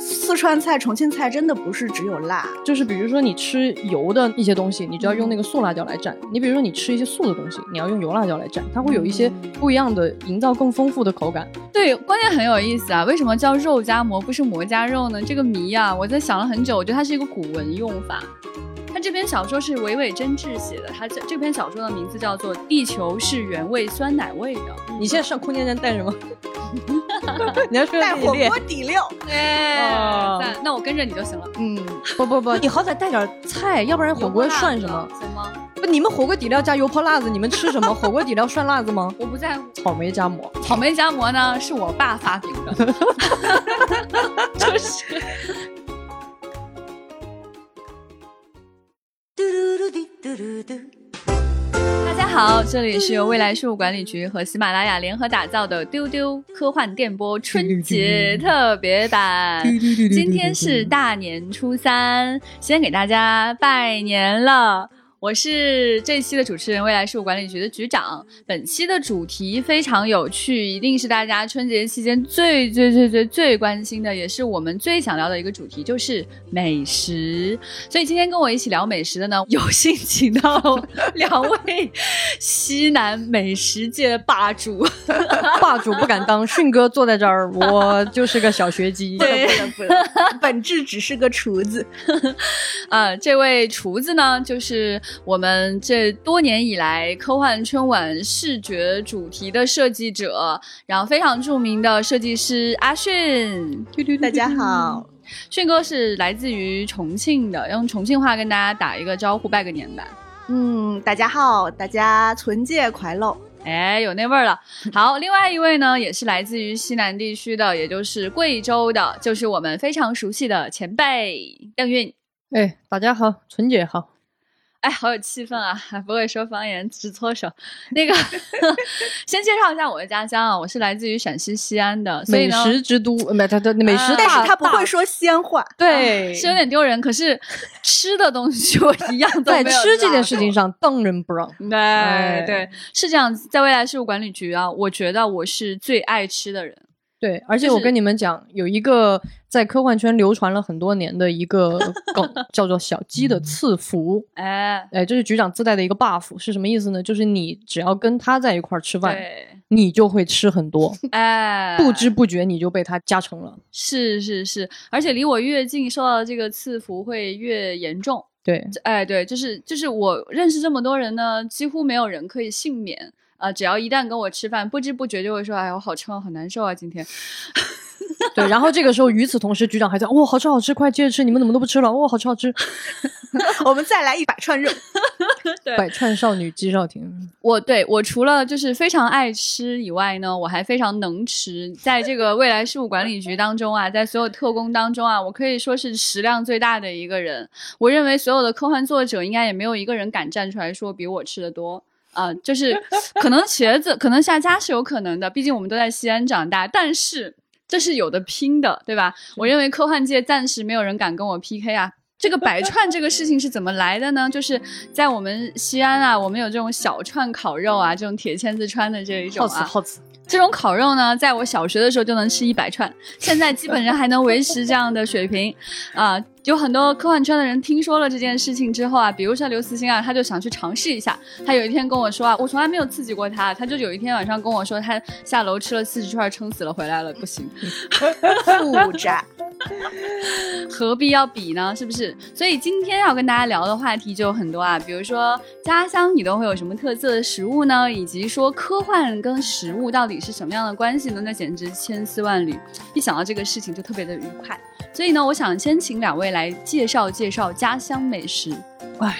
四川菜、重庆菜真的不是只有辣，就是比如说你吃油的一些东西，你就要用那个素辣椒来蘸；你比如说你吃一些素的东西，你要用油辣椒来蘸，它会有一些不一样的，营造更丰富的口感。对，关键很有意思啊！为什么叫肉夹馍不是馍夹肉呢？这个谜呀、我在想了很久，我觉得它是一个古文用法。它这篇小说是尾尾真治写的，它这这篇小说的名字叫做《地球是原味酸奶味的》。你现在上空间站带什么？ 你要说带你火练锅底料。哦哎，赞那我跟着你就行了。嗯，不不不， 你好歹带点菜，要不然火锅涮什么？行吗？不，你们火锅底料加油泼辣子，你们吃什 么？火锅底料涮辣子吗？我不在乎。草莓夹馍，草莓夹馍呢，是我爸发明的， 就是。大家好，这里是由未来事务管理局和喜马拉雅联合打造的《丢丢科幻电波春节特别版》。今天是大年初三，先给大家拜年了。我是这期的主持人，未来事务管理局的局长。本期的主题非常有趣，一定是大家春节期间最最最最最关心的，也是我们最想聊的一个主题，就是美食。所以今天跟我一起聊美食的呢，有幸请到两位西南美食界的霸主。霸主不敢当，迅哥坐在这儿，我就是个小学 鸡。不能不能，不能本质只是个厨 子。呃，这位厨子呢，就是我们这多年以来科幻春晚视觉主题的设计者，然后非常著名的设计师阿迅。大家好，迅哥是来自于重庆的，用重庆话跟大家打一个招呼，拜个年吧。嗯，大家好，大家春节快乐。哎，有那味儿了。好，另外一位呢，也是来自于西南地区的，也就是贵州的，就是我们非常熟悉的前辈邓韵。哎，大家好，纯姐好。哎，好有气氛啊！ 还不会说方言，只搓手。那个，先介绍一下我的家乡啊，我是来自于陕西西安的，所以美呢，嗯食之都，呃没，他他美食大，啊但是他不会说西安话，对，是有点丢人。可是吃的东西 我一样都 没在有吃这件事落情 上当仁不让。对、哎对，是这样子。在未来事务管理局啊，我觉得我是最爱吃的人。对，而且就我是跟你们讲，有一个在科幻圈流传了很多年的一个梗，叫做“小鸡的赐福”。哎，哎，这是局长自带的一个 buff，是什么意思呢？就是你只要跟他在一块儿吃饭，对，你就会吃很 多，哎，不知不觉你就被他加成 了。是是是，而且离我越近，受到的这个赐福会越严重。对，哎，对，就是就是我认识这么多人呢，几乎没有人可以幸免啊、只要一旦跟我吃饭，不知不觉就会说，哎，我好撑，好难受啊，今天。 对，然后这个时候，与此同时，局长还在，哇、好吃好吃，快接着吃！你们怎么都不吃了？哇、好吃好 吃！我们再来一百串肉。百串少女姬少婷，我对我除了就是非常爱吃以外呢，我还非常能吃。在这个未来事务管理局当中啊，在所有特工当中啊，我可以说是食量最大的一个人。我认为所有的科幻作者应该也没有一个人敢站出来说比我吃的多。啊、就是可能茄子，可能下家是有可能的，毕竟我们都在西安长大。但是这是有的拼的，对吧？我认为科幻界暂时没有人敢跟我 PK 啊。这个摆串这个事情是怎么来的呢？就是在我们西安啊，我们有这种小串烤肉啊，这种铁签子穿的这一种好吃啊，好吃。这种烤肉呢，在我小学的时候就能吃一百串，现在基本上还能维持这样的水平，啊、有很多科幻圈的人听说了这件事情之后啊，比如像刘慈欣啊，他就想去尝试一下。他有一天跟我说啊，我从来没有刺激过他，他就有一天晚上跟我说，他下楼吃了四十串，撑死了，回来了，不行。复炸，何必要比呢？是不是？所以今天要跟大家聊的话题就有很多啊，比如说家乡你都会有什么特色的食物呢？以及说科幻跟食物到底是什么样的关系呢？那简直千丝万缕，一想到这个事情就特别的愉快。所以呢，我想先请两位来介绍介绍家乡美食。哎，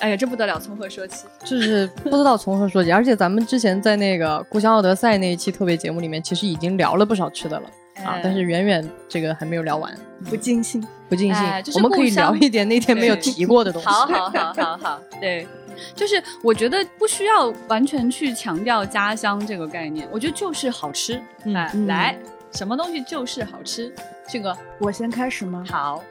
哎呀，这不得了，从何说起？就是不知道从何说起，而且咱们之前在那个《故乡奥德赛》那一期特别节目里面，其实已经聊了不少吃的了、啊哎，但是远远这个还没有聊完，不尽兴。不尽兴。哎就是我们可以故乡聊一点那天没有对提过的东西。好好好好好，对，就是我觉得不需要完全去强调家乡这个概念，我觉得就是好吃，嗯哎，嗯来，什么东西就是好吃，迅哥，我先开始吗？好，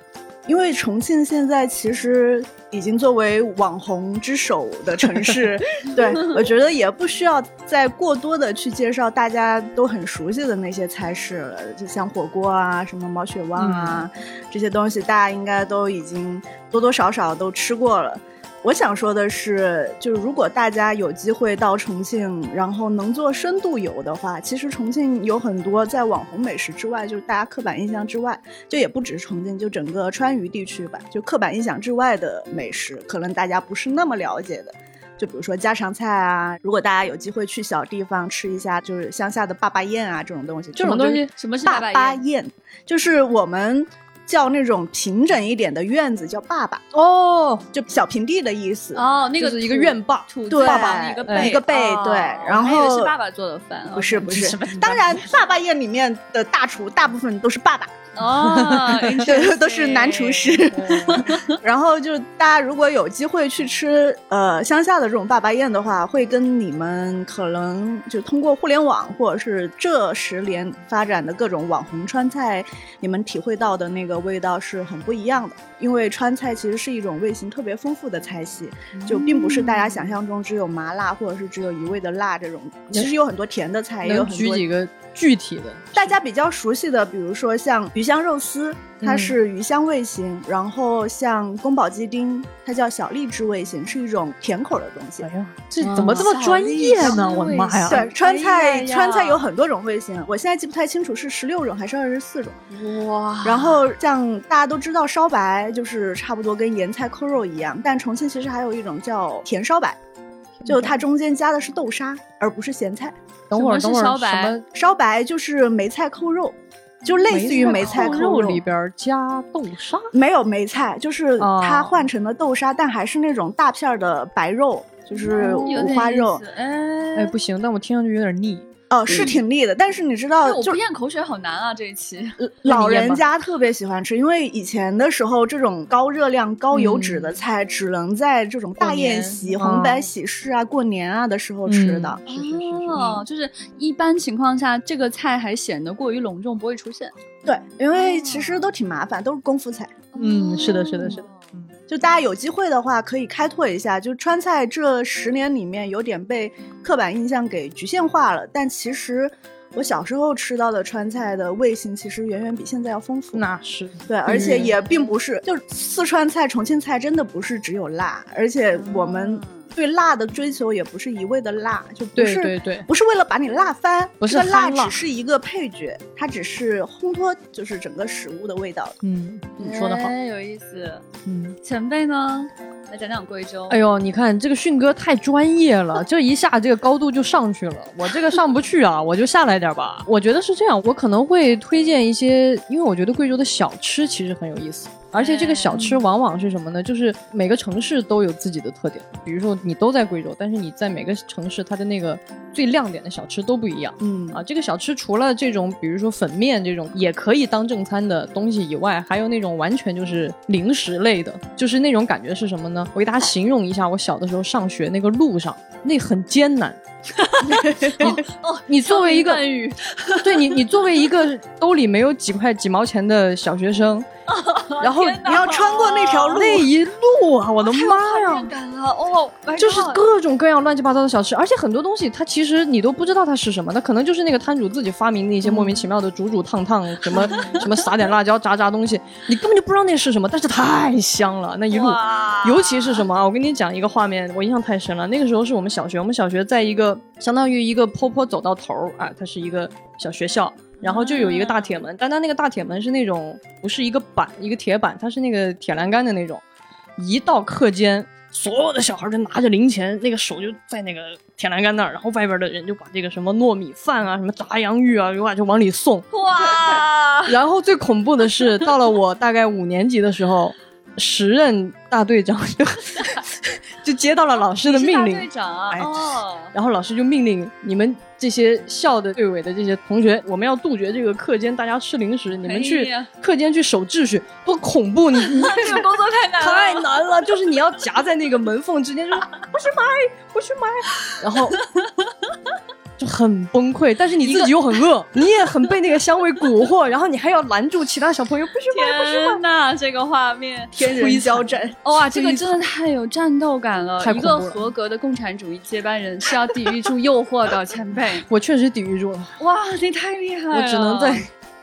因为重庆现在其实已经作为网红之首的城市，对我觉得也不需要再过多的去介绍大家都很熟悉的那些菜式了，就像火锅啊、什么毛血旺啊、这些东西，大家应该都已经多多少少都吃过了。我想说的是，就是如果大家有机会到重庆，然后能做深度游的话，其实重庆有很多在网红美食之外，就是大家刻板印象之外，就也不只是重庆，就整个川渝地区吧，就刻板印象之外的美食，可能大家不是那么了解的。就比如说家常菜啊，如果大家有机会去小地方吃一下，就是乡下的坝坝宴啊这种东西，这种东西什么是坝爸坝爸宴？宴就是我们叫那种平整一点的院子叫坝坝，哦，就小平地的意思。哦，那那个个是一个院坝，土对呃爸爸的一个哎背，一个背哦对然我还以为后是爸爸做的饭，不是不是哦，当然，爸爸宴里面的大厨大部分都是爸爸，哦， 对，都是男厨师。嗯 然后就是大家如果有机会去吃呃乡下的这种爸爸宴的话，会跟你们可能就通过互联网或者是这十年发展的各种网红川菜，你们体会到的那个味道是很不一样的。因为川菜其实是一种味型特别丰富的菜系，嗯就并不是大家想象中只有麻辣或者是只有一味的辣这种，其实有很多甜的菜，也有能很举多几个具体的？大家比较熟悉的，比如说像鱼香肉丝，它是鱼香味型；然后像宫保鸡丁，它叫小荔枝味型，是一种甜口的东西哎。呀，这怎么这么专业呢？嗯我的妈呀！对，川哎菜呀呀川菜有很多种味型，我现在记不太清楚是十六种还是二十四种。哇，然后像大家都知道烧白，就是差不多跟盐菜扣肉一样，但重庆其实还有一种叫甜烧白，就是它中间加的是豆沙，而不是咸菜。等会儿，什等么会儿，是烧白什么烧白就是梅菜扣肉，就类似于梅菜扣肉肉里边儿加豆沙？没有梅菜，就是哦它换成了豆沙，但还是那种大片儿的白肉，就是哦有五点花意肉呃思，，哎哎，不行，但我听上去有点腻。哦，是挺腻的。但是你知道对，哎我就不咽口水好难啊！这一期老那你咽人吧家特别喜欢吃，因为以前的时候，这种高热量、高油脂的菜只能在这种大嗯过年宴席、嗯红白喜事啊、过年啊的时候吃的。嗯是是是是哦，就是一般情况下，这个菜还显得过于隆重，不会出现。对，因为哦其实都挺麻烦，都是功夫菜。嗯是的是的是的就大家有机会的话，可以开拓一下。就川菜这十年里面，有点被刻板印象给局限化了，但其实我小时候吃到的川菜的味型，其实远远比现在要丰富。那嗯是对，而且也并不是，就是四川菜、重庆菜真的不是只有辣，而且我们对辣的追求也不是一味的辣，就不对是对对不是为了把你辣翻，不是这个辣憨辣只是一个配角，它只是烘托就是整个食物的味道。嗯，你说的好，哎有意思。嗯，前辈呢，来讲讲贵州。哎呦，你看这个迅哥太专业了，这一下这个高度就上去了，我这个上不去啊， 我就下来点吧。我觉得是这样，我可能会推荐一些，因为我觉得贵州的小吃其实很有意思。而且这个小吃往往是什么呢？就是每个城市都有自己的特点。比如说你都在贵州，但是你在每个城市它的那个最亮点的小吃都不一样。 嗯啊，这个小吃除了这种，比如说粉面这种也可以当正餐的东西以外，还有那种完全就是零食类的，就是那种感觉是什么呢？我给大家形容一下，我小的时候上学那个路上，那很艰难。哦，你作为一个双语冠语 对你，你作为一个兜里没有几块几毛钱的小学 生，然后天哪哎你要穿过那条 路那一路啊，我的太有妈画呀面！感了哦，my 就是 god 各种各样乱七八糟的小吃，而且很多东西它其实你都不知道它是什么，它可能就是那个摊主自己发明的一些莫名其妙的煮煮烫烫，什么什么撒点辣椒炸炸东西，你根本就不知道那是什么，但是太香了，那一路。哇尤其是什么啊？我跟你讲一个画面，我印象太深了。那个时候是我们小学，我们小学在一个相当于一个坡坡走到头儿啊，它是一个小学校，然后就有一个大铁门，但它那个大铁门是那种不是一个板一个铁板，它是那个铁栏杆的那种。一到课间，所有的小孩就拿着零钱，那个手就在那个铁栏杆那儿，然后外边的人就把这个什么糯米饭啊、什么炸洋芋啊，哇就往里送。哇， 然后最恐怖的是，到了我大概五年级的时候，时任大队长就 就接到了老师的你是大命队令，长啊，哎哦，然后老师就命令你们这些校的队委的这些同学，我们要杜绝这个课间大家吃零食，你们去哎呀课间去守秩序，多恐怖！你你这 个工作太难了， 太难了，就是你要 夹在那个门缝之间，就是不许买，不许买，然后就很崩溃，但是你自己又很饿， 你也很被那个香味蛊惑，然后你还要拦住其他小朋友，不许买，不许买。天啊呐，这个画 面，天人交战，哇，这个真的太有战斗感了！太一恐怖个了合格的共产主义接班人是要抵御住诱惑的，前 辈。我确实抵御住了，哇，你太厉害了！我只能在，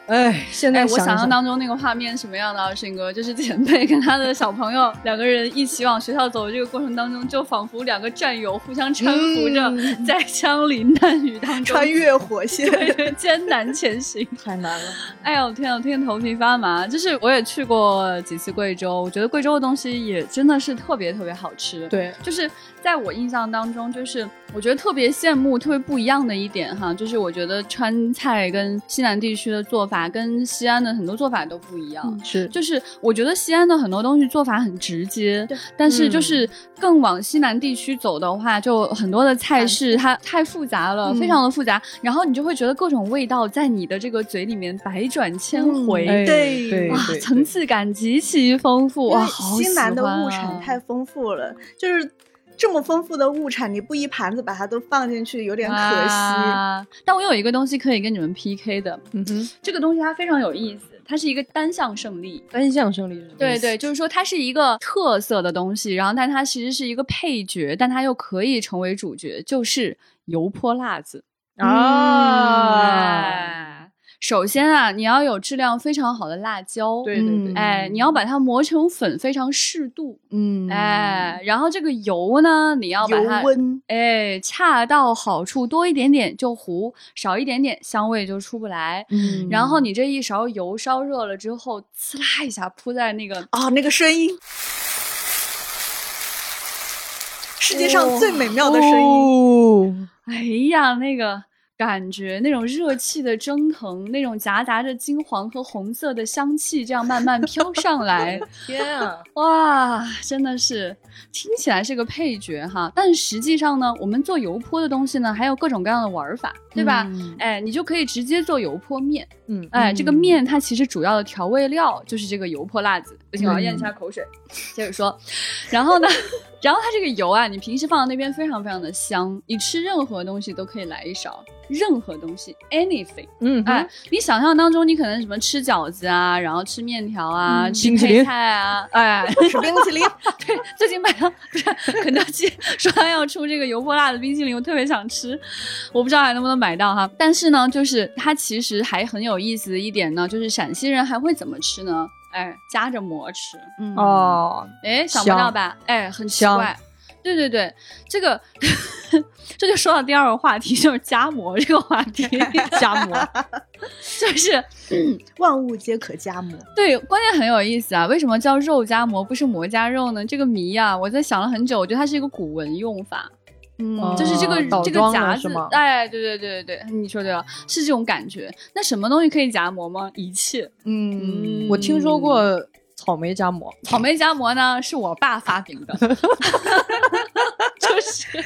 哎，现在哎，我想一想象想，当中那个画面什么样的啊，沈哥？就是前辈跟他的小朋友两个人一起往学校走的这个过程当中，就仿佛两个战友互相搀扶嗯着，在枪林弹雨当中 穿越火线。艰难前行。太难了。哎呦天啊，天头皮发麻！就是我也去过几次贵州，我觉得贵州的东西也真的是特别特别好吃。，对，就是在我印象当中，就是我觉得特别羡慕、特别不一样的一点哈，就是我觉得川菜跟西南地区的做法跟西安的很多做法都不一样。嗯是就是我觉得西安的很多东西做法很直接，但是嗯就是更往西南地区走的话，就很多的菜式它太复杂了，嗯非常的复杂，然后你就会觉得各种味道在你的这个嘴里面百转千回。哎嗯对对哇，层次感极其丰富因哇！为好西南的喜欢啊物产太丰富了，就是这么丰富的物产，你不一盘子把它都放进去，有点可惜。哇但我有一个东西可以跟你们 PK 的，嗯哼，这个东西它非常有意思，它是一个单向胜利。单向胜利是什么意思。对对，就是说它是一个特色的东西，然后但它其实是一个配角，但它又可以成为主角，就是油泼辣子。啊，哎，首先啊，你要有质量非常好的辣椒，对对对，嗯哎，你要把它磨成粉，非常适度，嗯，哎，然后这个油呢，你要把油它。温哎，恰到好处，多一点点就糊，少一点点香味就出不来。嗯然后你这一勺油烧热了之后，呲啦一下扑在那个啊，那个声音，世界上最美哦妙的声音。音，哎呀，那个感觉，那种热气的蒸腾，那种夹杂着金黄和红色的香气，这样慢慢飘上来， 天啊！哇，真的是听起来是个配角哈，但实际上呢，我们做油泼的东西呢，还有各种各样的玩法，对吧？嗯哎，你就可以直接做油泼面。嗯，哎，这个嗯面它其实主要的调味料就是这个油泼辣子。不行，我要咽一下嗯口水。接着说，然后 呢，然后它这个油啊，你平时放到那边非常非常的香，你吃任何东西都可以来一勺，任何东西，anything。嗯，哎，你想象当中，你可能什么吃饺子啊，然后吃面条啊，嗯吃冰淇配淋菜 啊，哎，吃冰淇淋，对， 最近买了，不是肯德基说他要出这个油泼辣子冰淇淋，我特别想吃，我不知道还能不能买到哈。但是呢，就是它其实还很有意思的一点呢，就是陕西人还会怎么吃呢？哎，夹着馍吃，嗯，哦，哎，想不到吧？哎，很奇怪。对对对，这个 这就说到第二个话题，就是夹馍这个话题，夹馍，就是万物皆可加馍。对，关键很有意思啊！为什么叫肉夹馍不是馍夹肉呢？这个谜啊，我在想了很久，我觉得它是一个古文用法，嗯哦就是这个、倒这个装了夹是子吗，哎，对对对对对，你说对了，是这种感觉。那什么东西可以夹馍吗？一切。嗯，我听说过草莓夹馍，草莓夹馍呢，是我爸发明的， 就是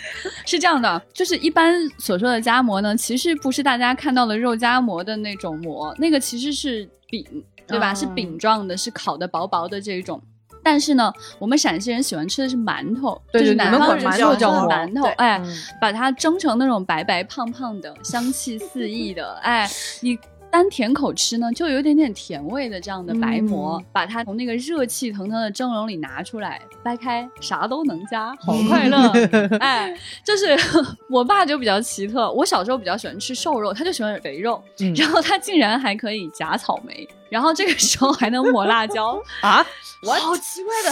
是这样的，就是一般所说的夹馍呢，其实不是大家看到的肉夹馍的那种馍，那个其实是饼，对吧？嗯是饼状的，是烤的薄薄的这一种。但是呢，我们陕西人喜欢吃的是馒头，对就是对南你们方管人馒喜头欢吃叫的馍馒头，对哎，嗯把它蒸成那种白白胖胖的、香气四 溢的，哎，你单甜口吃呢，就有点点甜味的这样的嗯白馍，把它从那个热气腾腾的蒸笼里拿出来，掰开，啥都能加，好嗯快 乐！哎，就是我爸就比较奇特，我小时候比较喜欢吃瘦肉，他就喜欢肥肉，嗯然后他竟然还可以夹草莓，然后这个时候还能抹辣椒。 啊，好奇怪的。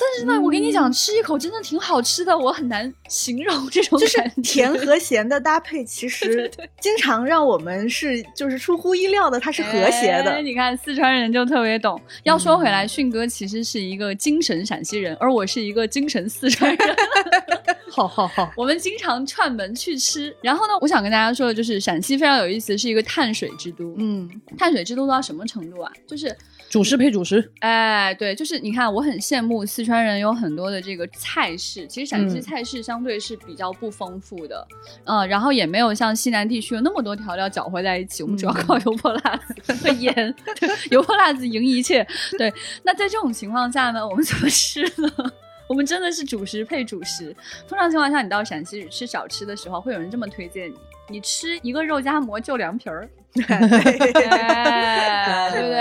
但是呢，我跟你嗯讲，吃一口真的挺好吃的，我很难形容这种就是感觉甜和咸的搭配，其实经常让我们是就是出乎意料的，它是和谐的嗯哎。你看四川人就特别懂。要说回来，迅哥其实是一个精神陕西人，而我是一个精神四川人。 好好好，我们经常串门去吃。然后呢，我想跟大家说的就是，陕西非常有意思，是一个碳水之都。嗯，碳水之都到什么程度啊？就是主食配主食，哎，对，就是你看，我很羡慕四川人有很多的这个菜式，其实陕西嗯菜式相对是比较不丰富的，嗯、然后也没有像西南地区有那么多调料搅和在一起，我们主要靠油泼辣子和盐，对，油泼辣子赢一切。对，那在这种情况下呢，我们怎么吃呢？ 我们真的是主食配主食。通常情况下，你到陕西吃小吃的时候，会有人这么推荐你：你吃一个肉夹馍就凉皮儿， 对哎对不对？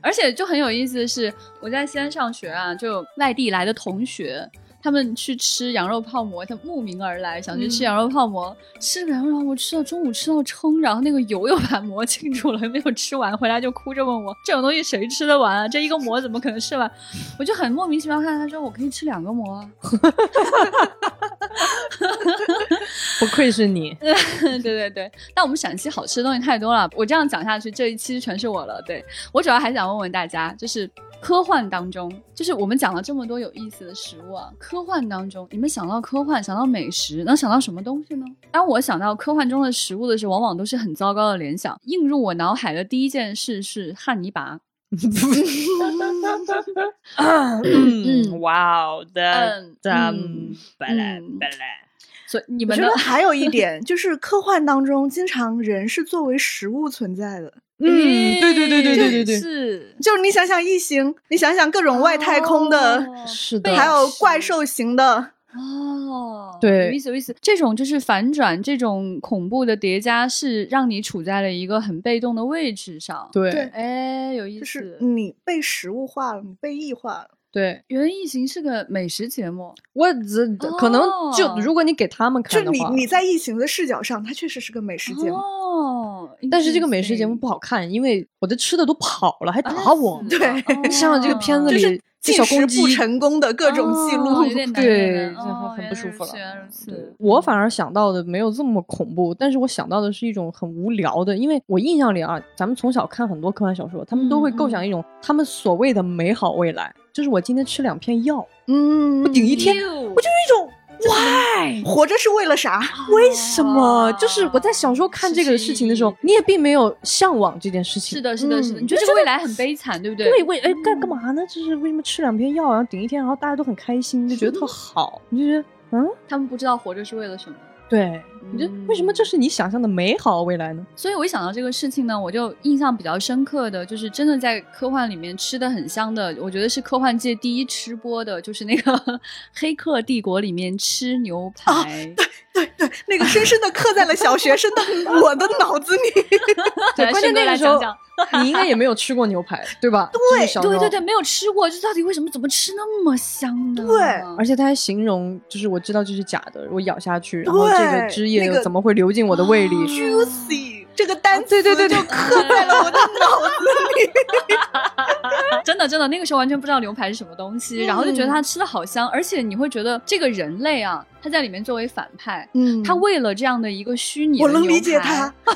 而且就很有意思的是，我在西安上学啊，就有外地来的同学。他们去吃羊肉泡馍，他慕名而来，想去吃嗯羊肉泡馍。吃了羊肉泡馍，吃到中午吃到撑，然后那个油又把馍浸住了，没有吃完，回来就哭着问我：“这种东西谁吃得完啊？这一个馍怎么可能吃完？”我就很莫名其妙看他说：“我可以吃两个馍啊。”不愧是你， 对对对，但我们陕西好吃的东西太多了，我这样讲下去，这一期全是我了。对我主要还想问问大家，就是科幻当中，就是我们讲了这么多有意思的食物啊，科幻当中，你们想到科幻，想到美食，能想到什么东西呢？当我想到科幻中的食物的时候，往往都是很糟糕的联想。映入我脑海的第一件事是汉尼拔。 嗯，哇哦的，嗯，咱嗯巴拉嗯巴拉，所以你我们觉的得还有一点就是科幻当中，经常人是作为食物存在的。嗯，对对对对对对对， 是就是你想想异形，你想想各种外太空的，哦是被的，还有怪兽型的，哦，对有意思有意思。这种就是反转，这种恐怖的叠加是让你处在了一个很被动的位置上。，对对哎，有意思。就是嗯你被食物化了，你被异化了。对，原来异形是个美食节目，我只可能就哦如果你给他们就看的你话，你在异形的视角上，它确实是个美食节目。哦，但是这个美食节目 interesting 不好看，因为我的吃的都跑了，还啊哦打我。死对了 你想想这个片子就里是这进小食公不鸡成功的各种记录，哦有点难对忍这哦很原不来舒如服此了原来如此。我反而想到的没有这么恐怖，但是我想到的是一种很无聊的，因为我印象里啊，咱们从小看很多科幻小说，他们都会构想一种他们所谓的美好未来，就是我今天吃两片药，嗯，我顶一天，我我就有一种 why。活着是为了啥？啊为什么？就是我在小时候看失这个去事情的时意候义，你也并没有向往这件事情。是的，是的，是的。嗯你觉得这个未来很悲惨，对不对？嗯对，为哎干干嘛呢？就是为什么吃两片药，然后顶一天，然后大家都很开心，就觉得特好，你就觉得嗯，他们不知道活着是为了什么。对，你觉得为什么嗯这是你想象的美好未来呢？所以我一想到这个事情呢，我就印象比较深刻的就是真的在科幻里面吃的很香的，我觉得是科幻界第一吃播的，就是那个 《黑客帝国》里面吃牛排，对对，那个深深的刻在了小学生的我的脑子 里。 哦对来，关键顺哥那来个时讲候讲 你应该也没有吃过牛排，对吧？对 对对对，，没有吃过，这到底为什么怎么吃那么香呢？对 而且他还形容，就是我知道这是假的，我咬下去，然后这个对汁那液个怎么会流进我的胃里？啊 Juicy 这个哦单词对对对对就刻在了我的脑子里。 真的真的，那个时候完全不知道牛排是什么东西，然后就觉得它吃的好香，而且你会觉得这个人类啊，他在里面作为反派，嗯他为了这样的一个虚拟的我牛排，能理解他，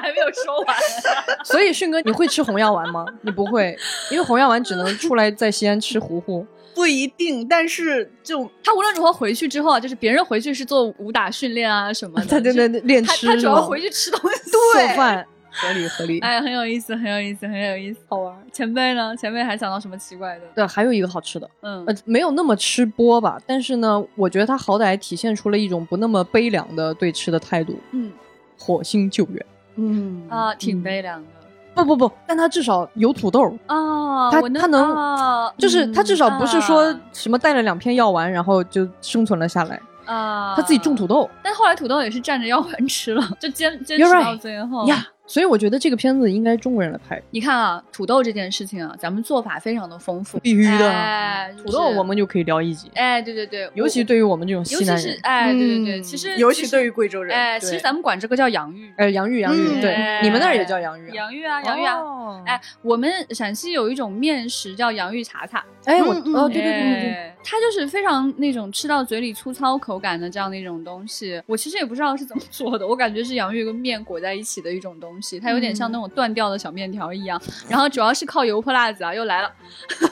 还没有说完。啊所以迅哥，你会吃红药丸吗？你不会，因为红药丸只能出来在西安吃糊 糊。不一定，但是就他无论如何回去之后啊，就是别人回去是做武打训练啊什么 的，他在那就是练他吃他主是要吗？回去吃东 西。做饭合理合理。 哎，很有意思，很有意思，很有意思，好玩。前辈呢？前辈还想到什么奇怪的？对，还有一个好吃的，嗯呃，没有那么吃播吧，但是呢，我觉得它好歹体现出了一种不那么悲凉的对吃的态度。嗯火星救援，嗯啊，挺悲凉的不不不，但它至少有土豆，啊。他我他能啊就是它至少不是说嗯什么带了两片药丸，然后就生存了下来，啊，他自己种土，豆但后来土豆也是蘸着药丸吃了， 就坚坚 You're 持到 right 最后。呀。所以我觉得这个片子应该中国人来拍，你看啊，土豆这件事情啊，咱们做法非常的丰富，必须的。哎，土豆我们就可以聊一集，哎，对对对，尤其我对于我们这种尤西其南是人，哎，对对对，嗯其实尤其对于于贵州人，哎，其实对咱们管这个叫洋芋，呃，洋芋洋芋，嗯对，你们那儿也叫哎洋芋啊，洋芋啊，洋芋啊。哦哎，我们陕西有一种面食叫洋芋碴碴，哎，我嗯嗯哦，对对对对对，哎它就是非常那种吃到嘴里粗糙口感的这样的一种东西。我其实也不知道是怎么 做的，我感觉是洋芋跟面裹在一起的一种东西，它有点像嗯那种断掉的小面条一样。然后主要是靠油泼辣子啊，又来了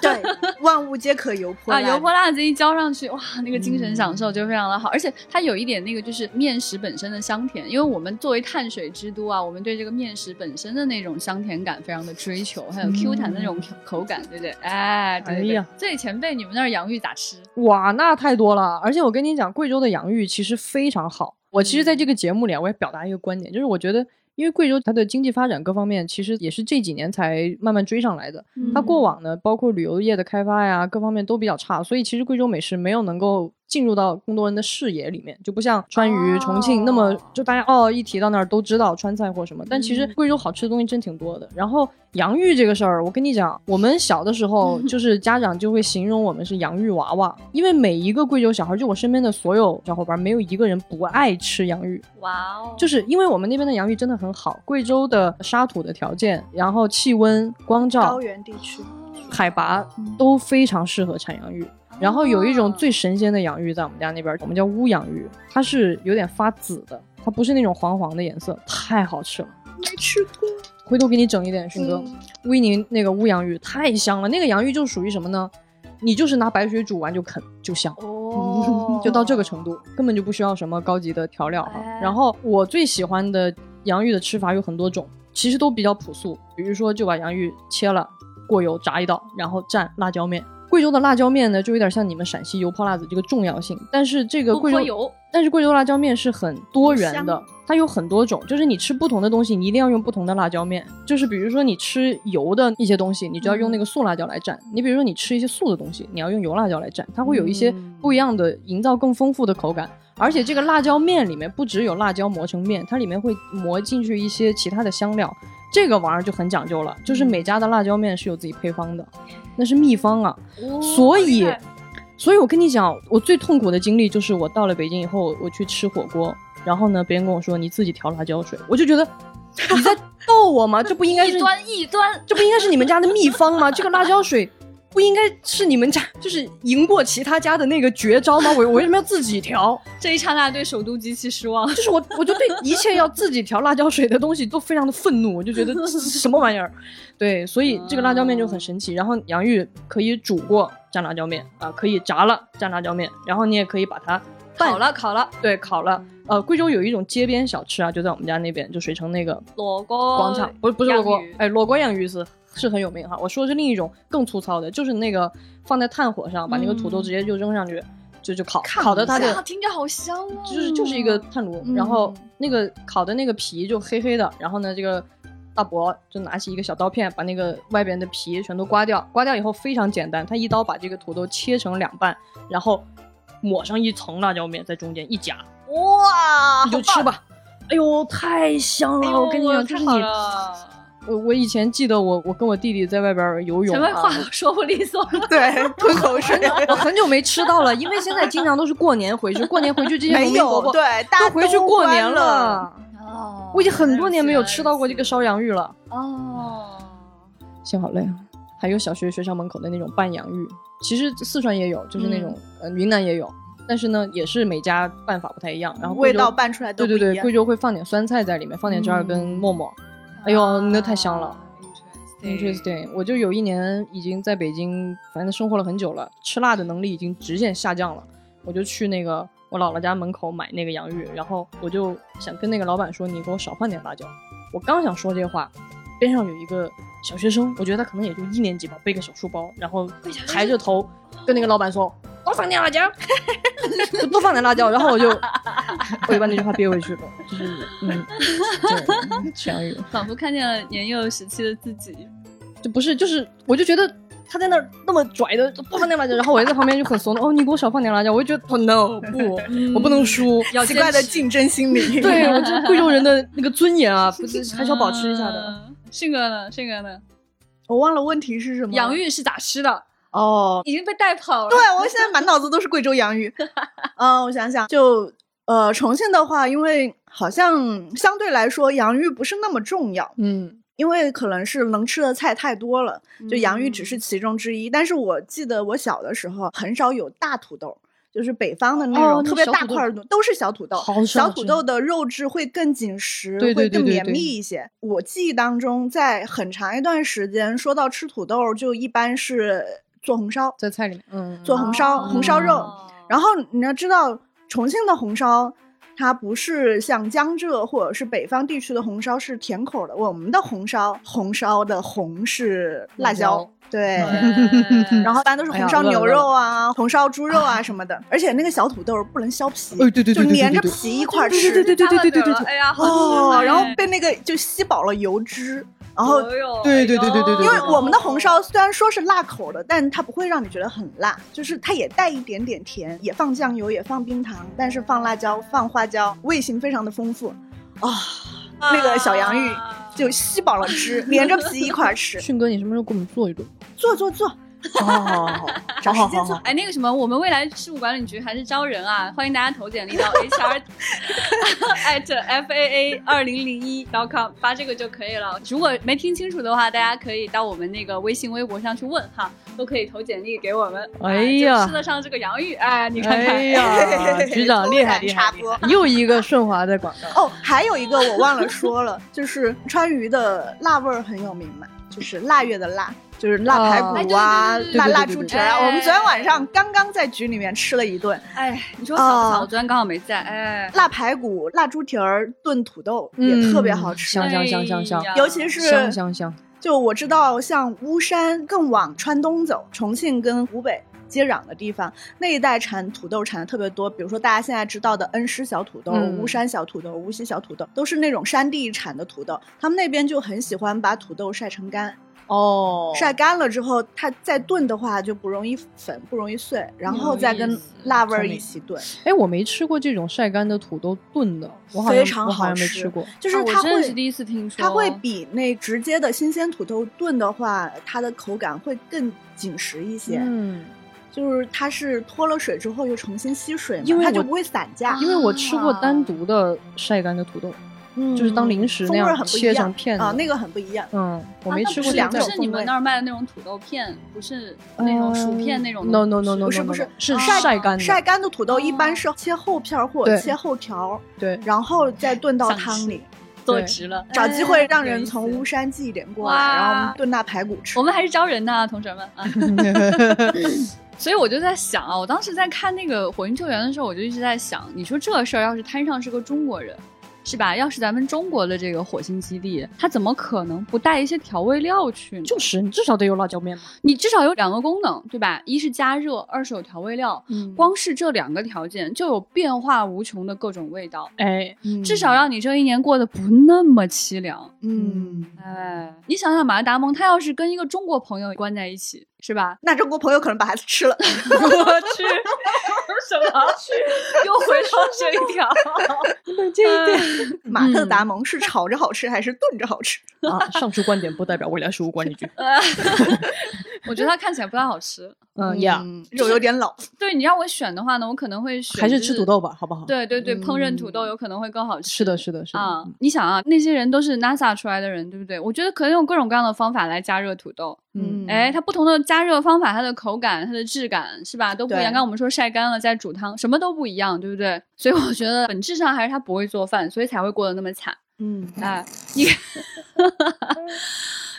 对，万物皆可油泼啊，辣油泼辣子一浇上去，哇，那个精嗯神享受就非常的好，而且它有一点那个就是面食本身的香甜，因为我们作为碳水之都啊，我们对这个面食本身的那种香甜感非常的追求，还有嗯 Q 弹的那种口感，对不对？哎，对对对哎呀所以前辈，你们那儿洋芋咋吃？哇，那太多了！而且我跟你讲，贵州的洋芋其实非常好。我其实嗯在这个节目里啊，我也表达一个观点，就是我觉得，因为贵州它的经济发展各方面，其实也是这几年才慢慢追上来的。嗯它过往呢，包括旅游业的开发呀，各方面都比较差，所以其实贵州美食没有能够进入到更多人的视野里面，就不像川渝、重庆那么哦就大家哦一提到那儿都知道川菜或什么，但其嗯实贵州好吃的东西真挺多的。然后洋芋这个事儿，我跟你讲，我们小的时嗯候就是家长就会形容我们是洋芋娃娃，因为每一个贵州小孩，就我身边的所有小伙伴，没有一个人不爱吃洋芋。哇哦，就是因为我们那边的洋芋真的很好，贵州的沙土的条件，然后气温、光照高、原地 区，海拔都非常适合产洋芋。啊然后有一种最哦神仙的洋芋在我们家那边，我们叫乌洋芋，它是有点发紫的，它不是那种黄黄的颜色，太好吃了。没吃过。回头给你整一点，迅哥嗯，威宁那个乌洋芋太香了，那个洋芋就属于什么呢？你就是拿白水煮完就啃就香。，哦嗯就到这个程度，根本就不需要什么高级的调料哈。哎然后我最喜欢的洋芋的吃法有很多种，其实都比较朴素，比如说就把洋芋切了，过油炸一道，然后蘸辣椒面。贵州的辣椒面呢，就有点像你们陕西油泼辣子这个重要性，但是这个不贵泼州油，但是贵州辣椒面是很多元很的香，它有很多种，就是你吃不同的东西，你一定要用不同的辣椒面。就是比如说你吃油的一些东西，你就要用那个素辣椒来蘸；你比如说你吃一些素的东西，你要用油辣椒来蘸，它会有一些不一样的，营造更丰富的口感。而且这个辣椒面里面不只有辣椒磨成面，它里面会磨进去一些其他的香料，这个玩意儿就很讲究了。就是每家的辣椒面是有自己配方的，那是秘方啊。哦所以厉害，所以我跟你讲，我最痛苦的经历就是我到了北京以后，我去吃火锅，然后呢，别人跟我说你自己调辣椒水，我就觉 得你在逗我吗？这不应该是异端异端，这不应该是你们家的秘方吗？这个辣椒水不应该是你们家就是赢过其他家的那个绝招吗？我我为什么要自己调？这一刹那对首都极其失望。就是我，我就对一切要自己调辣椒水的东西都非常的愤怒，我就觉得这是什么玩意儿？对，所以这个辣椒面就很神奇。然后洋芋可以煮过蘸辣椒面啊，可以炸了蘸辣椒面，然后你也可以把它烤了烤了，对烤了。呃，贵州有一种街边小吃啊，就在我们家那边，就水城那个裸锅广场，不是不是哦洋火锅芋，哎，裸锅洋芋是是很有名哈。我说的是另一种更粗糙的，就是那个放在炭火上，把那个土豆嗯直接就扔上去，就就烤，看烤的一它的啊听着好香哦，就是就是一个炭炉，然后那个烤的那个皮就黑黑的，然后呢，这个大伯就拿起一个小刀片，把那个外边的皮全都刮掉，刮掉以后非常简单，他一刀把这个土豆切成两半，然后抹上一层辣椒面在中间一夹，哇，你就吃吧。啊哎呦，太香了！哎呦。我跟你讲，就是你太好，了我我以前记得我我跟我弟弟在外边游泳前面啊话，都说不利索了，对，吞口水。我很久没吃到了，因为现在经常都是过年回去，过年回去这些没农民伯有，伯对，大都家回去都过关年了。了。我已经很多年没有吃到过这个烧洋芋了，哦，心好累啊。还有小学学校门口的那种拌洋芋，其实四川也有，就是那种、嗯呃云南也有，但是呢也是每家办法不太一样，然后贵味州道拌出来都对不一对样。对，贵州会放点酸菜在里面，放点折耳根、嗯沫沫。哎呦那太香了啊 Interesting Interesting，我就有一年已经在北京，反正生活了很久了，吃辣的能力已经直线下降了。我就去那个我姥姥家门口买那个洋芋，然后我就想跟那个老板说，你给我少放点辣椒。我刚想说这话，边上有一个小学生，我觉得他可能也就一年级吧，背个小书包，然后抬着头跟那个老板说：“多放点辣椒，多放点辣椒。”然后我就我就把那句话憋回去了，就是嗯，对，吃洋芋。仿佛看见了年幼时期的自己。就不是，就是我就觉得他在那儿那么拽的不放点辣椒，然后我就在旁边就很怂的，哦，你给我少放点辣椒，我就觉得、哦、no 不，我不能 输，要奇怪的坚持竞争心理。 对我这贵州人的那个尊严啊，不是还是要保持一下的。嗯。迅哥呢？迅哥呢？我忘了问题是什么。洋芋是咋吃的？ 哦，已经被带跑了。对，我现在满脑子都是贵州洋芋。嗯，我想想，就呃，重庆的话，因为好像相对来说洋芋不是那么重要，嗯，因为可能是能吃的菜太多了，就洋芋只嗯是其中之一。但是我记得我小的时候很少有大土豆。就是北方的那种、哦那特别小大土豆块儿的，都是小土豆。好小少土见豆的肉质会更紧实，对对会对更对绵对密一些。我记忆当中，在很长一段时间，说到吃土豆，就一般是做红烧，在菜里面，嗯，做红烧红烧肉哦然后你要知道，重庆的红烧它不是像江浙或者是北方地区的红烧是甜口的，我们的红烧，红烧的红是辣辣椒椒，对。对然后一般都是哎呀红烧饿了牛饿了肉啊、红烧猪肉啊什么的，而且那个小土豆不能削皮，哎对对对对就对连着对皮一块儿对吃，对对对对对对对对哎呀，好哦，吃然后被那个就吸饱了油脂，然后哎呦对对对对对对因为我们的红烧虽然说是辣口的，但它不会让你觉得很辣，就是它也带一点点甜，也放酱油，也放冰糖，但是放辣椒、放花椒，味型非常的丰富啊、那个小洋芋就吸饱了汁，连着皮一块儿吃，迅哥，你什么时候给我们做一顿？做做做，好好好哦好， 找时好间好做好。哎，那个什么，我们未来事务管理局还是招人啊，欢迎大家投简历到 HR at faa 二零零一 oh .com 发这个就可以了。如果没听清楚的话，大家可以到我们那个微信、微博上去问哈，都可以投简历给我们。哎呀就吃得上这个洋芋，哎，你看看，哎呀，局长厉害厉害突然插，厉播害又一个顺滑的广告。哦，还有一个我忘了说了，就是川渝的辣味儿很有名嘛，就是腊月的腊，就是腊排哦骨啊，哎对对对对腊对对腊对猪对蹄儿啊。哎我们昨天晚上刚刚在局里面吃了一顿哎，你说巧不巧？哦我昨天刚好没在，哎，腊排骨、腊猪蹄儿炖土豆，也嗯特别好吃。香香香香香哎呀尤其是香香香，就我知道，像巫山更往川东走，重庆跟湖北接壤的地方，那一带产土豆产的特别多。比如说大家现在知道的恩施小土豆、嗯巫山小土豆、无锡小土豆，都是那种山地产的土豆。他们那边就很喜欢把土豆晒成干，哦晒干了之后，它再炖的话就不容易粉，不容易碎，然后再有意跟思辣味儿聪明一起炖，哎，我没吃过这种晒干的土豆炖的，我好非像常我好好像没吃。吃过。就是啊我它真的会是第一次听说，它会比那直接的新鲜土豆炖的话，它的口感会更紧实一些。嗯，就是它是脱了水之后又重新吸水嘛，因为它我啊就不会散架，因为我吃过单独的晒干的土豆，嗯就是当零食那风味样儿很不一切成样片的啊，那个很不一样。嗯，我啊没那吃不过是这两种种不是你们那儿卖的那种土豆片，不是那种薯片那种的。 No no no no，不是不是是晒晒干的，晒干的土豆哦一般是切厚片儿或对切厚条儿， 对，然后再炖到想汤里，坐对直了，哎找机会让有人意思从巫山寄一点过来，哇然后我们炖大排骨吃我。们还是招人呢，同学们啊。所以我就在想啊，我当时在看那个《火影救援》的时候，我就一直在想，你说这事儿要是摊上是个中国人，是吧？要是咱们中国的这个火星基地，他怎么可能不带一些调味料去呢？就是你至少得有辣椒面吧？你至少有两个功能，对吧？一是加热，二是有调味料。嗯光光是这两个条件，就有变化无穷的各种味道，哎，至少让你这一年过得不那么凄凉。嗯，哎，你想想，马格达蒙他要是跟一个中国朋友关在一起，是吧？那中国朋友可能把它吃了。 我 去，什么去？又回到这一 条。冷静一点马特达蒙是炒着好吃还是炖着好吃？啊！上述观点不代表未来事务 管理局。 我觉得它看起来不太好吃。嗯呀，肉有点老。对你让我选的话呢，我可能会选还是就吃土豆吧，好不好？，对对对，烹饪土豆嗯有可能会更好吃。是的，是的，是嗯啊的。、你想啊，那些人都是 NASA 出来的人，对不对？我觉得可以用各种各样的方法来加热土豆。嗯哎，它不同的加热方法，它的口感、它的质感是吧，都不一对样。刚刚我们说晒干了再煮汤，什么都不一样，对不对？所以我觉得本质上还是他不会做饭，所以才会过得那么惨。嗯，哎，你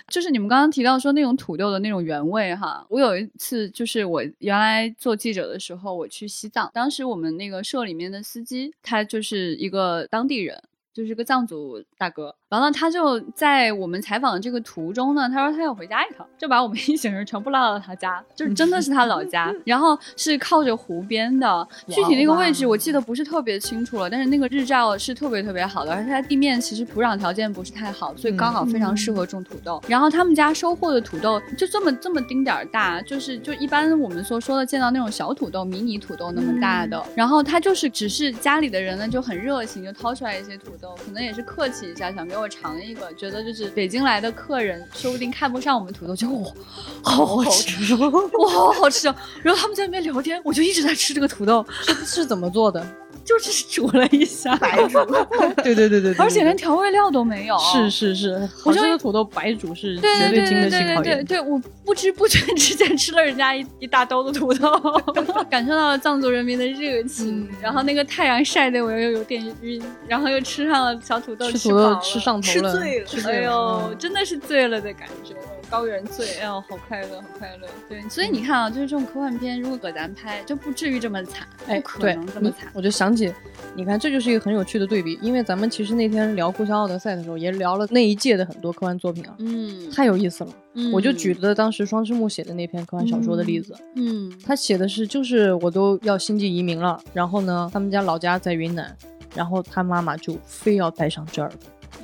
就是你们刚刚提到说那种土豆的那种原味哈，我有一次就是我原来做记者的时候，我去西藏，当时我们那个社里面的司机，他就是一个当地人。就是个藏族大哥，完了他就在我们采访的这个途中呢，他说他要回家一趟，就把我们 一行人全部拉到他家，就是真的是他老家，然后是靠着湖边的，具体那个位置我记得不是特别清楚了，但是那个日照是特别特别好的，而且它地面其实土壤条件不是太好，所以刚好非常嗯适合种土豆。然后他们家收获的土豆就这么这么丁点儿大，就是就一般我们所说的见到那种小土豆、迷你土豆那么大的。嗯然后他就是只是家里的人呢就很热情，就掏出来一些土豆，可能也是客气一下，想给我尝一个，觉得就是北京来的客人说不定看不上我们土豆，就哇好好吃， 哇好好吃啊！然后他们在那边聊天，我就一直在吃这个土 豆。是是怎么做的？就是 煮了一下，白煮。对对对对，对而且对连调味料都没有。是。是是，哦我我就觉会得土豆白煮是对绝对对经对得对起考对对验。对，我不知不觉之间吃了人家一一大兜的土豆， 嗯感受到了藏族人民的热情，然后那个太阳晒得我又有点晕，然后又吃上了小土豆，吃吃土饱豆了吃，上头吃了，嗯醉了吃哎醉了呦，，真的是醉了的感觉，高原醉，哎呦，好快乐，好快乐。对，所以你看啊，就是这种科幻片，如果搁咱拍，就不至于这么惨，哎，不可对能，这么你惨。我就想起，你看，这就是一个很有趣的对比，因为咱们其实那天聊《故乡奥德赛》的时候，也聊了那一届的很多科幻作品啊，嗯，太有意思了。嗯我就举，了当时双之木写的那篇科幻小说的例子，嗯他写的是，就是我都要星际移民了，然后呢，他们家老家在云南，然后他妈妈就非要带上这儿，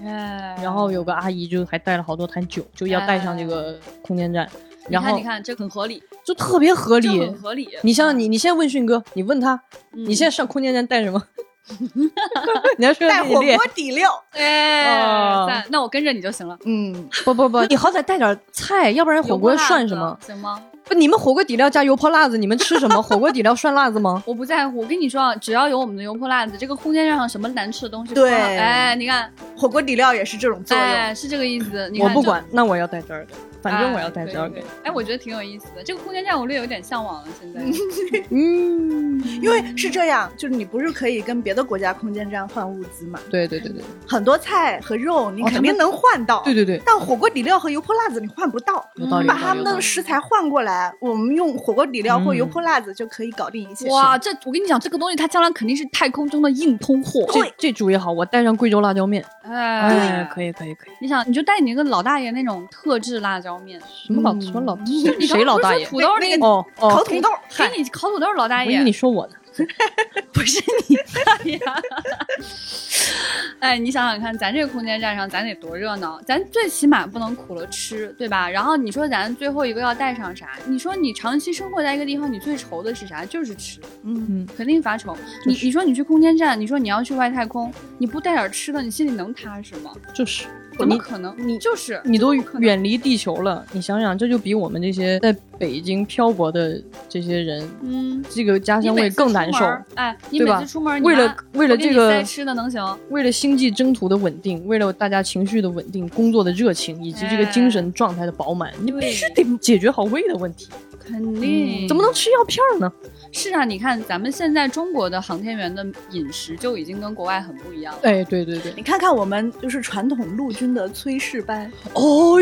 然哎然后有个阿姨就还带了好多坛酒，就要带上这个空间站，然后哎你看这很合理，就特别合这理很。合理。你像你，你现在问迅哥，你问他，嗯你现在上空间站带什么？ 你要说带你火列锅底料， 哎哦，赞那我跟着你就行了。嗯，不不不，你好歹带点菜，要不然火油泼锅辣涮子什么？行吗？不，你们火锅底料加油泼辣子，你们吃什么？火锅底料涮辣子吗？我不在乎，我跟你说啊，只要有我们的油泼辣子，这个空间站上什么难吃的东西不放，对哎，你看，火锅底料也是这种作用。哎，是这个意思。 你我看不就管，那我要带折耳根，反正我要哎带对折耳对根。对哎，我觉得挺有意思的，这个空间站我略有点向往了。现在，嗯，因为是这样，就是你不是可以跟别的国家空间站换物资嘛？对对对对很多菜和肉你哦肯定能换到，对对对，但火锅底料和油泼辣子你换不到。 有道你理。把有道他理们有道的理食材换过来，我们用火锅底料或嗯油泼辣子就可以搞定一切。哇，这我跟你讲，这个东西它将来肯定是太空中的硬通货。这这主意好，我带上贵州辣椒面。哎，可以。以可以可以。你想，你就带你那个老大爷那种特制辣椒 面，什么老嗯什么老你刚谁老大爷？不是说土豆那个哦烤哦，土豆，给你烤土豆老大我以爷为，你说我呢。 不是你大爷。哎，你想想看，咱这个空间站上，咱得多热闹！咱最起码不能苦了吃，对吧？然后你说咱最后一个要带上啥？你说你长期生活在一个地方，你最愁的是啥？就是吃，嗯，嗯，肯定发愁。你你说你去空间站，你说你要去外太空，你不带点吃的，你心里能踏实吗？就是怎么你可能？你就是你都怎么可能远离地球了，你想想，这就比我们这些在北京漂泊的这些人，嗯，这个家你乡每味次更难出受门。儿哎，你对每吧次出门儿，你为了拿为了我给这你塞个吃的能行？为了星际征途的稳定，为了大家情绪的稳定、工作的热情以及这个精哎神状态的饱满，你必须得解决好胃的问题，肯定、嗯怎么能吃药片儿呢？是啊，你看咱们现在中国的航天员的饮食就已经跟国外很不一样了。哎，对对对，你看看我们就是传统陆军的炊事班，哦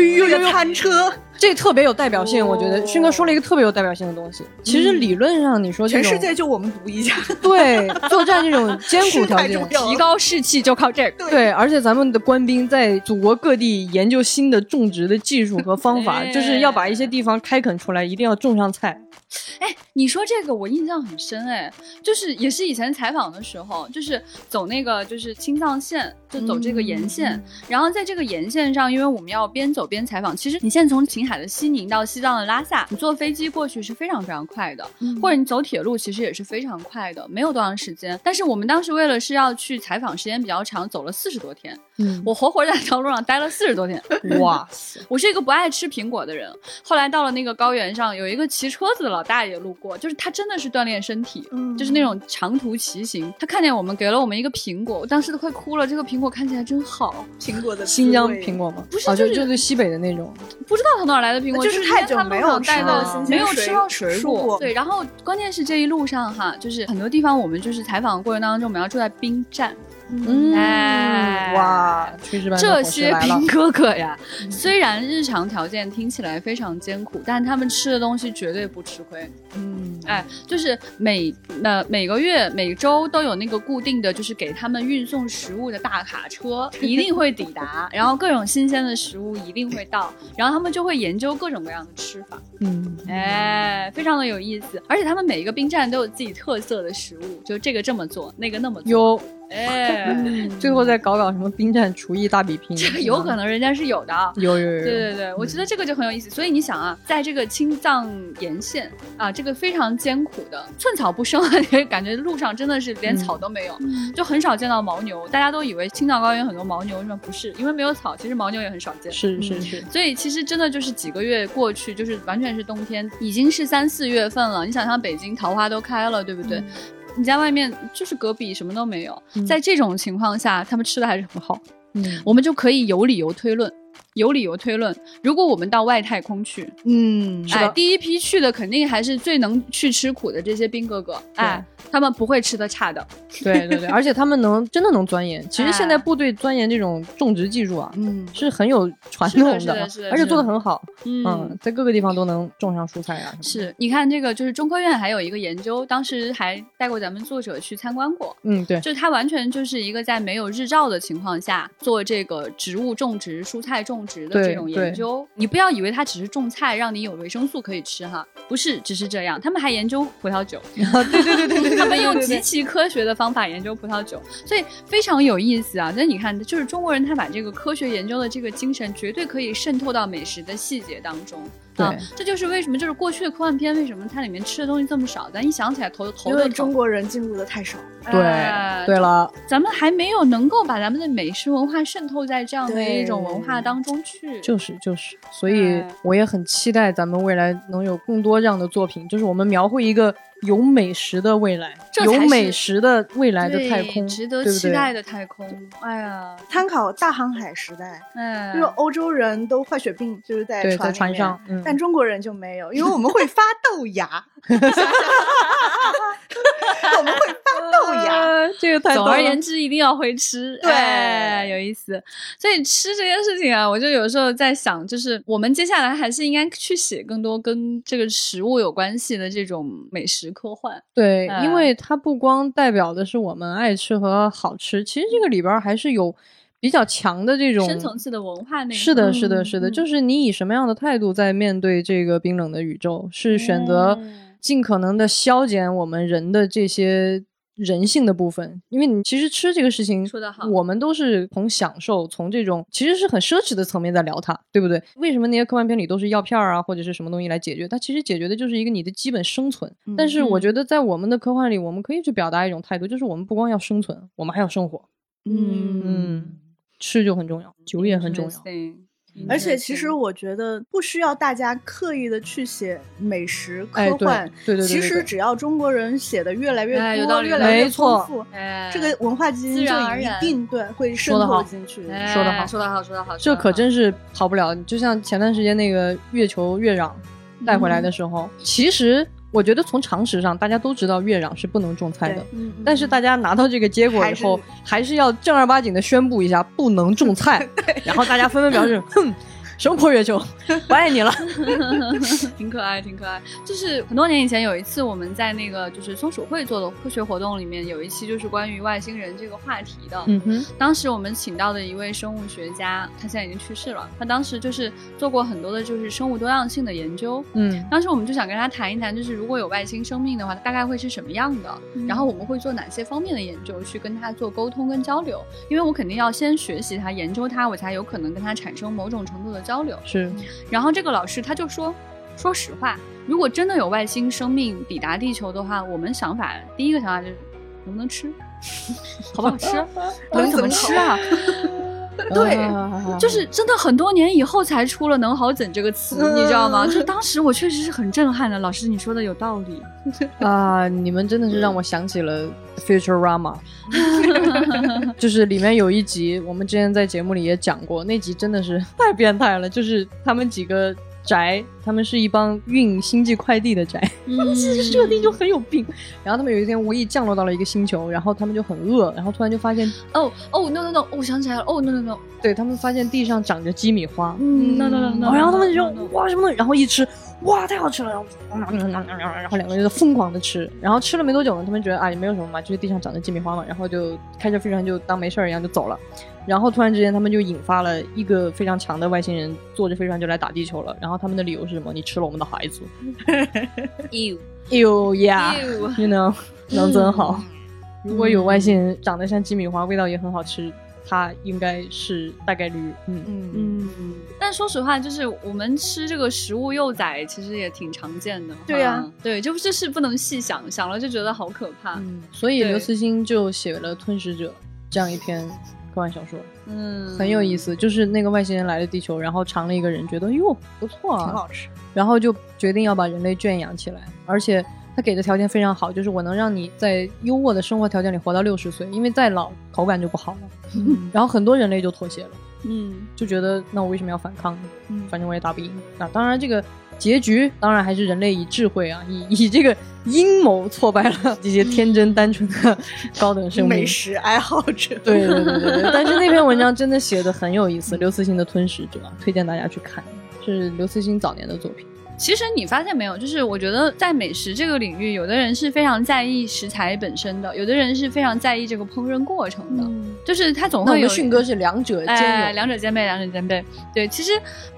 有呦呦有呦，餐车，这特别有代表性，哎哦嗯我觉得迅哥说了一个特别有代表性的东西。其实理论上你说这全种世界就我们独一家。对作战这种艰苦条是太重件，要了提高士气就靠这个。对，而且咱们的官兵在祖国各地研究新的种植的技术和方法， 哎就是要把一些地方开垦出来，一定要种上菜。哎，你说这个我印象很深哎，就是也是以前采访的时候，就是走那个就是青藏线，就走这个沿线，然后在这个沿线上，因为我们要边走边采访，其实你现在从秦海的西宁到西藏的拉萨，你坐飞机过去是非常非常快的，嗯或者你走铁路其实也是非常快的，没有多长时间。但是我们当时为了是要去采访，时间比较长，走了四十多天，嗯，我活活在这条路上待了四 十多天。哇塞，我是一个不爱吃苹果的人，后来到了那个高原上，有一个骑车子的老大爷路过，就是他真的是锻炼身体，嗯就是那种长途骑行，他看见我们，给了我们一个苹果，我当时都快哭了，这个苹果看起来真好，苹果的滋新疆味苹，果吗？不是啊，就就是就是西北的那种。不知道从哪儿来的苹果，就是是太久没没有吃带到的新鲜没有水吃到水水蔬果对，然后关键是这一路上哈，就是很多地方我们就是采访的过程当中，我们要住在冰站，嗯，哎哇，炊事班的这伙食些来了兵。哥哥呀，虽然日常条件听起来非常艰苦，但他们吃的东西绝对不吃亏。嗯，哎，就是每呃每个月每周都有那个固定的，就是给他们运送食物的大卡车，一定会抵达，然后各种新鲜的食物一定会到，然后他们就会研究各种各样的吃法，嗯，哎，非常的有意思。而且他们每一个冰站都有自己特色的食物，就这个这么做，那个那么做，有 哎，嗯最后再搞搞什么冰战厨艺大比拼，这个有可能人家是有的啊。有有有有。对对对，我觉得这个就很有意思。所以你想啊，在这个青藏沿线啊，这个非常艰苦的，寸草不生，啊 感觉路上真的是连嗯草都没有，嗯就很少见到牦牛。大家都以为青藏高原很多牦牛，为什么不是？因为没有草，其实牦牛也很少见。是是是，所以其实真的就是几个月过去，就是完全是冬天，已经是三四月份了。你想想，北京桃花都开了，对不对？你在外面就是戈壁，什么都没有。嗯在这种情况下，他们吃的还是很好。嗯，我们就可以有理由推论，有理由推论，如果我们到外太空去，嗯，哎，的第一批去的肯定还是最能去吃苦的这些兵哥哥，哎，他们不会吃的差的， 对对对，而且他们能真的能钻研。其实现在哎部队钻研这种种植技术啊，嗯，是很有传统是的是的是的而且做的很好。 嗯。嗯，在各个地方都能种上蔬菜啊。，是，你看这个，就是中科院还有一个研究，当时还带过咱们作者去参观过，嗯，对，就是它完全就是一个在没有日照的情况下做这个植物种植、蔬菜种植的这对种对研究。你不要以为它只是种菜让你有维生素可以吃哈，不是只是这样，他们还研究葡萄酒，对对对对对对，他们用对极其科学的方法研究葡萄酒，所以非常有意思啊！那你看，就是中国人他把这个科学研究的这个精神，绝对可以渗透到美食的细节当中。啊对，这就是为什么就是过去的科幻片为什么它里面吃的东西这么少，咱一想起来头因头都为疼中国人进入的太少。哎对对了，咱们还没有能够把咱们的美食文化渗透在这样的对一种文化当中去。就是就是，所以哎我也很期待咱们未来能有更多这样的作品，就是我们描绘一个有美食的未来这，才有是美食的未来的对太空，值得对不期对待的太空。哎呀，参考大航海时代，哎，就是欧洲人都坏血病，就是在嗯对，船在里船面上，嗯，但中国人就没有，因为我们会发豆 芽， 我们会发豆芽。啊这个太总逗而了言之，一定要会吃，对哎有意思。所以吃这件事情啊，我就有时候在想，就是我们接下来还是应该去写更多跟这个食物有关系的这种美食科幻。对，哎因为它不光代表的是我们爱吃和好吃，其实这个里边儿还是有比较强的这种深层次的文化内是的，是的，嗯是的，嗯就是你以什么样的态度在面对这个冰冷的宇宙？是选择嗯尽可能的消减我们人的这些人性的部分，因为你其实吃这个事情，说得好我们都是从享受，从这种其实是很奢侈的层面在聊它，对不对？为什么那些科幻片里都是药片儿啊，或者是什么东西来解决？它其实解决的就是一个你的基本生存。但是我嗯觉得在我们的科幻里，我们可以去表达一种态度，就是我们不光要生存，我们还要生活。嗯，吃就很重要，酒也很重要。 Interesting，嗯而且其实 interesting 我觉得不需要大家刻意的去写美食哎，科对幻，对对对，其实对只要中国人写的越来越哎有多，道理越来越没错丰富，哎这个文化基因自就然而一然定对会渗说得好透进去。哎嗯说得好说得好，说得好，这可是真是跑不了。就像前段时间那个月球月壤带回来的时候，其实我觉得从常识上大家都知道月壤是不能种菜的对，嗯，但是大家拿到这个结果以后，还是要正儿八经的宣布一下不能种 菜，然后大家纷纷表 示，哼。什么破月球，不爱 你了。 挺可爱，挺可爱。就是很多年以前有一次，我们在那个就是松鼠会做的科学活动里面，有一期就是关于外星人这个话题的。嗯哼，当时我们请到的一位生物学家，他现在已经去世了。他当时就是做过很多的就是生物多样性的研究。嗯，当时我们就想跟他谈一谈，就是如果有外星生命的话，大概会是什么样的？然后我们会做哪些方面的研究去跟他做沟通跟交流？因为我肯定要先学习他、研究他，我才有可能跟他产生某种程度的交流。是，然后这个老师他就说：“说实话，如果真的有外星生命抵达地球的话，我们想法第一个想法就是能不能吃， 好不好 吃，到底怎么吃啊？对 啊 就是真的很多年以后才出了‘能好整’这个词，你知道吗？就当时我确实是很震撼的。老师，你说的有道理。啊，你们真的是让我想起了 Futurama，就是里面有一集，我们之前在节目里也讲过，那集真的是太变态了，就是他们几个。宅，他们是一帮运星际快递的宅，嗯，这个设定就很有病。然后他们有一天无意降落到了一个星球，然后他们就很饿，然后突然就发现，哦哦，no no no，我想起来了，哦 no no no，对他们发现地上长着鸡米花，嗯 no no no no，然后他们就 no, no, no 哇什么东西，然后一吃，哇太好吃了，然后然后两个人就疯狂的吃，然后吃了没多久呢，他们觉得啊也没有什么嘛，就是地上长的鸡米花嘛，然后就开着飞船就当没事儿一样就走了。然后突然之间，他们就引发了一个非常强的外星人，坐着飞船就来打地球了。然后他们的理由是什么？你吃了我们的孩子。 ew 哟呀 ew， ，you know，能真好。如果有外星人长得像鸡米花，味道也很好吃，它应该是大概率，嗯，嗯，嗯，但说实话，就是我们吃这个食物幼崽，其实也挺常见的。对呀啊，对，就这是不能细想，想了就觉得好可怕。所以对刘慈欣就写了《吞食者》这样一篇科幻小说，嗯，很有意。思。就是那个外星人来了地球，然后尝了一个人，觉得哟不错挺啊，好吃。然后就决定要把人类圈养起来，而且。他给的条件非常好，就是我能让你在优渥的生活条件里活到六十岁，因为再老口感就不好了。然后很多人类就妥协了，嗯，就觉得那我为什么要反抗呢？嗯反正我也打不赢。那当然，这个结局当然还是人类以智慧啊，以以这个阴谋挫败了这些天真单纯的高等生命美。食爱好者，对对对对对，但是那篇文章真的写的很有意思，刘慈欣的《吞食者》推荐大家去看，是刘慈欣早年的作品。其实你发现没有，就是我觉得在美食这个领域，有的人是非常在意食材本身的，有的人是非常在意这个烹饪过程的。就是它总嗯那我会有们迅哥是两者哎，呃兼有，两者兼备，两者兼备。对，其实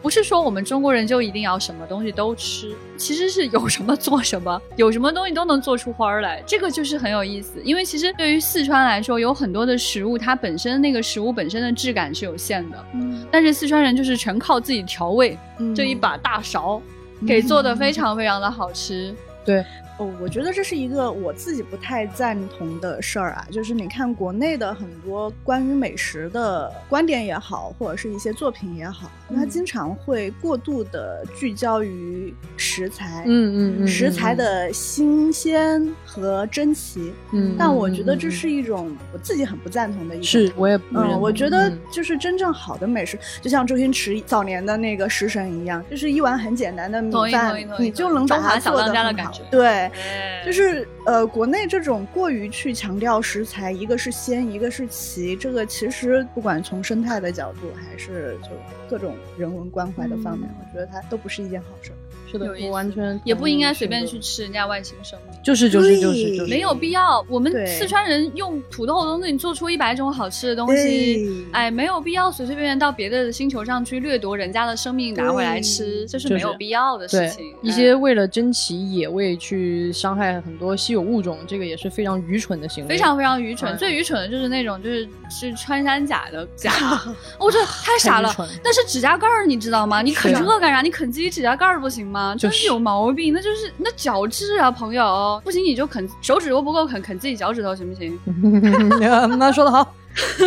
不是说我们中国人就一定要什么东西都吃，其实是有什么做什么，有什么东西都能做出花儿来，这个就是很有意思。因为其实对于四川来说，有很多的食物，它本身那个食物本身的质感是有限的，嗯但是四川人就是全靠自己调味，嗯这一把大勺嗯给做的非常非常的好吃。哦，我觉得这是一个我自己不太赞同的事儿啊，就是你看国内的很多关于美食的观点也好，或者是一些作品也好，它嗯经常会过度的聚焦于食材，嗯嗯嗯，食嗯材，的新鲜和珍奇，嗯，但我觉得这嗯是一种我自己很不赞同的一种。是，我也不认嗯，同我觉得嗯就是真正好的美食，就像周星驰早年的那个《食神》一样，就是一碗很简单的米同意饭同意同，意你就能把中华它小做当的家的很感好觉。对，就嗯就是是呃，国内这种过于去强调食材，一个是鲜，一个是奇，这个其实不管从生态的角度，还是就各种人文关怀的方嗯面，我觉得它都不是一件好事儿。是的有意，思我完全也同不意应该迅随便哥去，吃人家外星生物。就是就是就是对就是，没有必要。我们对四川人用土豆的东西做出一百种好吃的东西，对哎，没有必要随随便便到别的星球上去掠夺人家的生命拿回来吃，对这是就没有是必要的事对情。一哎些为了珍奇野味去伤害很多稀有物种，这个也是非常愚蠢的行为。非常非常愚蠢，嗯最愚蠢的就是那种就是是穿山 甲的甲，我这太傻太愚了。蠢了。那是指甲盖儿，你知道吗？你啃是啊这个干啥？你啃自己指甲盖儿不行吗？就真是有毛病，那就是那角质啊，朋友，不行你就啃手指头不够啃，啃自己脚趾头行不行？ 那说的好，是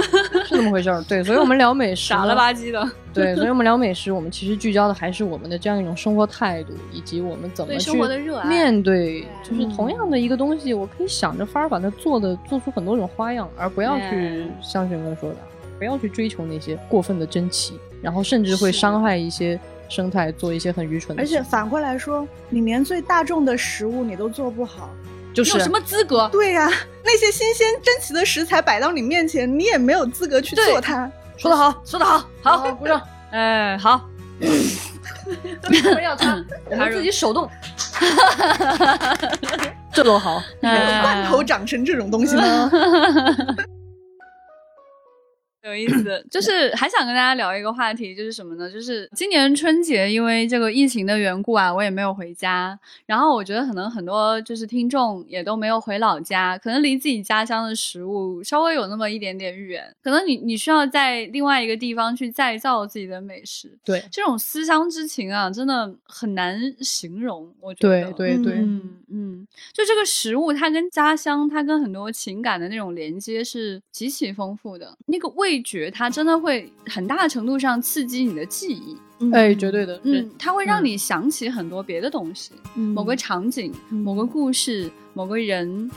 这么回事儿。对，所以我们聊美食，傻了？吧唧的， 对，所以我们聊美食，我们其实聚焦的还是我们的这样一种生活态度，以及我们怎么对去生活的热爱面对，对就是同样的一个东西，我可以想着法儿把它做的做出很多种花样，而不要去嗯像玄哥说的，不要去追求那些过分的珍奇，然后甚至会是伤害一些生态，做一些很愚蠢的而事情。且反过来说，你连最大众的食物你都做不好，就你是有什么资格？对呀、那些新鲜珍奇的食材摆到你面前，你也没有资格去对做它。说的好，说的好，好，鼓掌。哎， 好，要他，我们们自自己手动，这多好。哎罐头长成这种东西吗？有 意思，就是还想跟大家聊一个话题，就是什么呢？就是今年春节因为这个疫情的缘故啊，我也没有回家。然后我觉得可能很多就是听众也都没有回老家，可能离自己家乡的食物稍微有那么一点点远，可能你你需要在另外一个地方去再造自己的美食。对这种思乡之情啊，真的很难形容。我觉得对，对对，嗯嗯，就这个食物，它跟家乡，它跟很多情感的那种连接是极其丰富的。那个味觉，它真的会很大程度上刺激你的记忆。哎，绝对的，对嗯，它会让嗯你想起很多别的东西，嗯某个场景、嗯某个故事、某个人。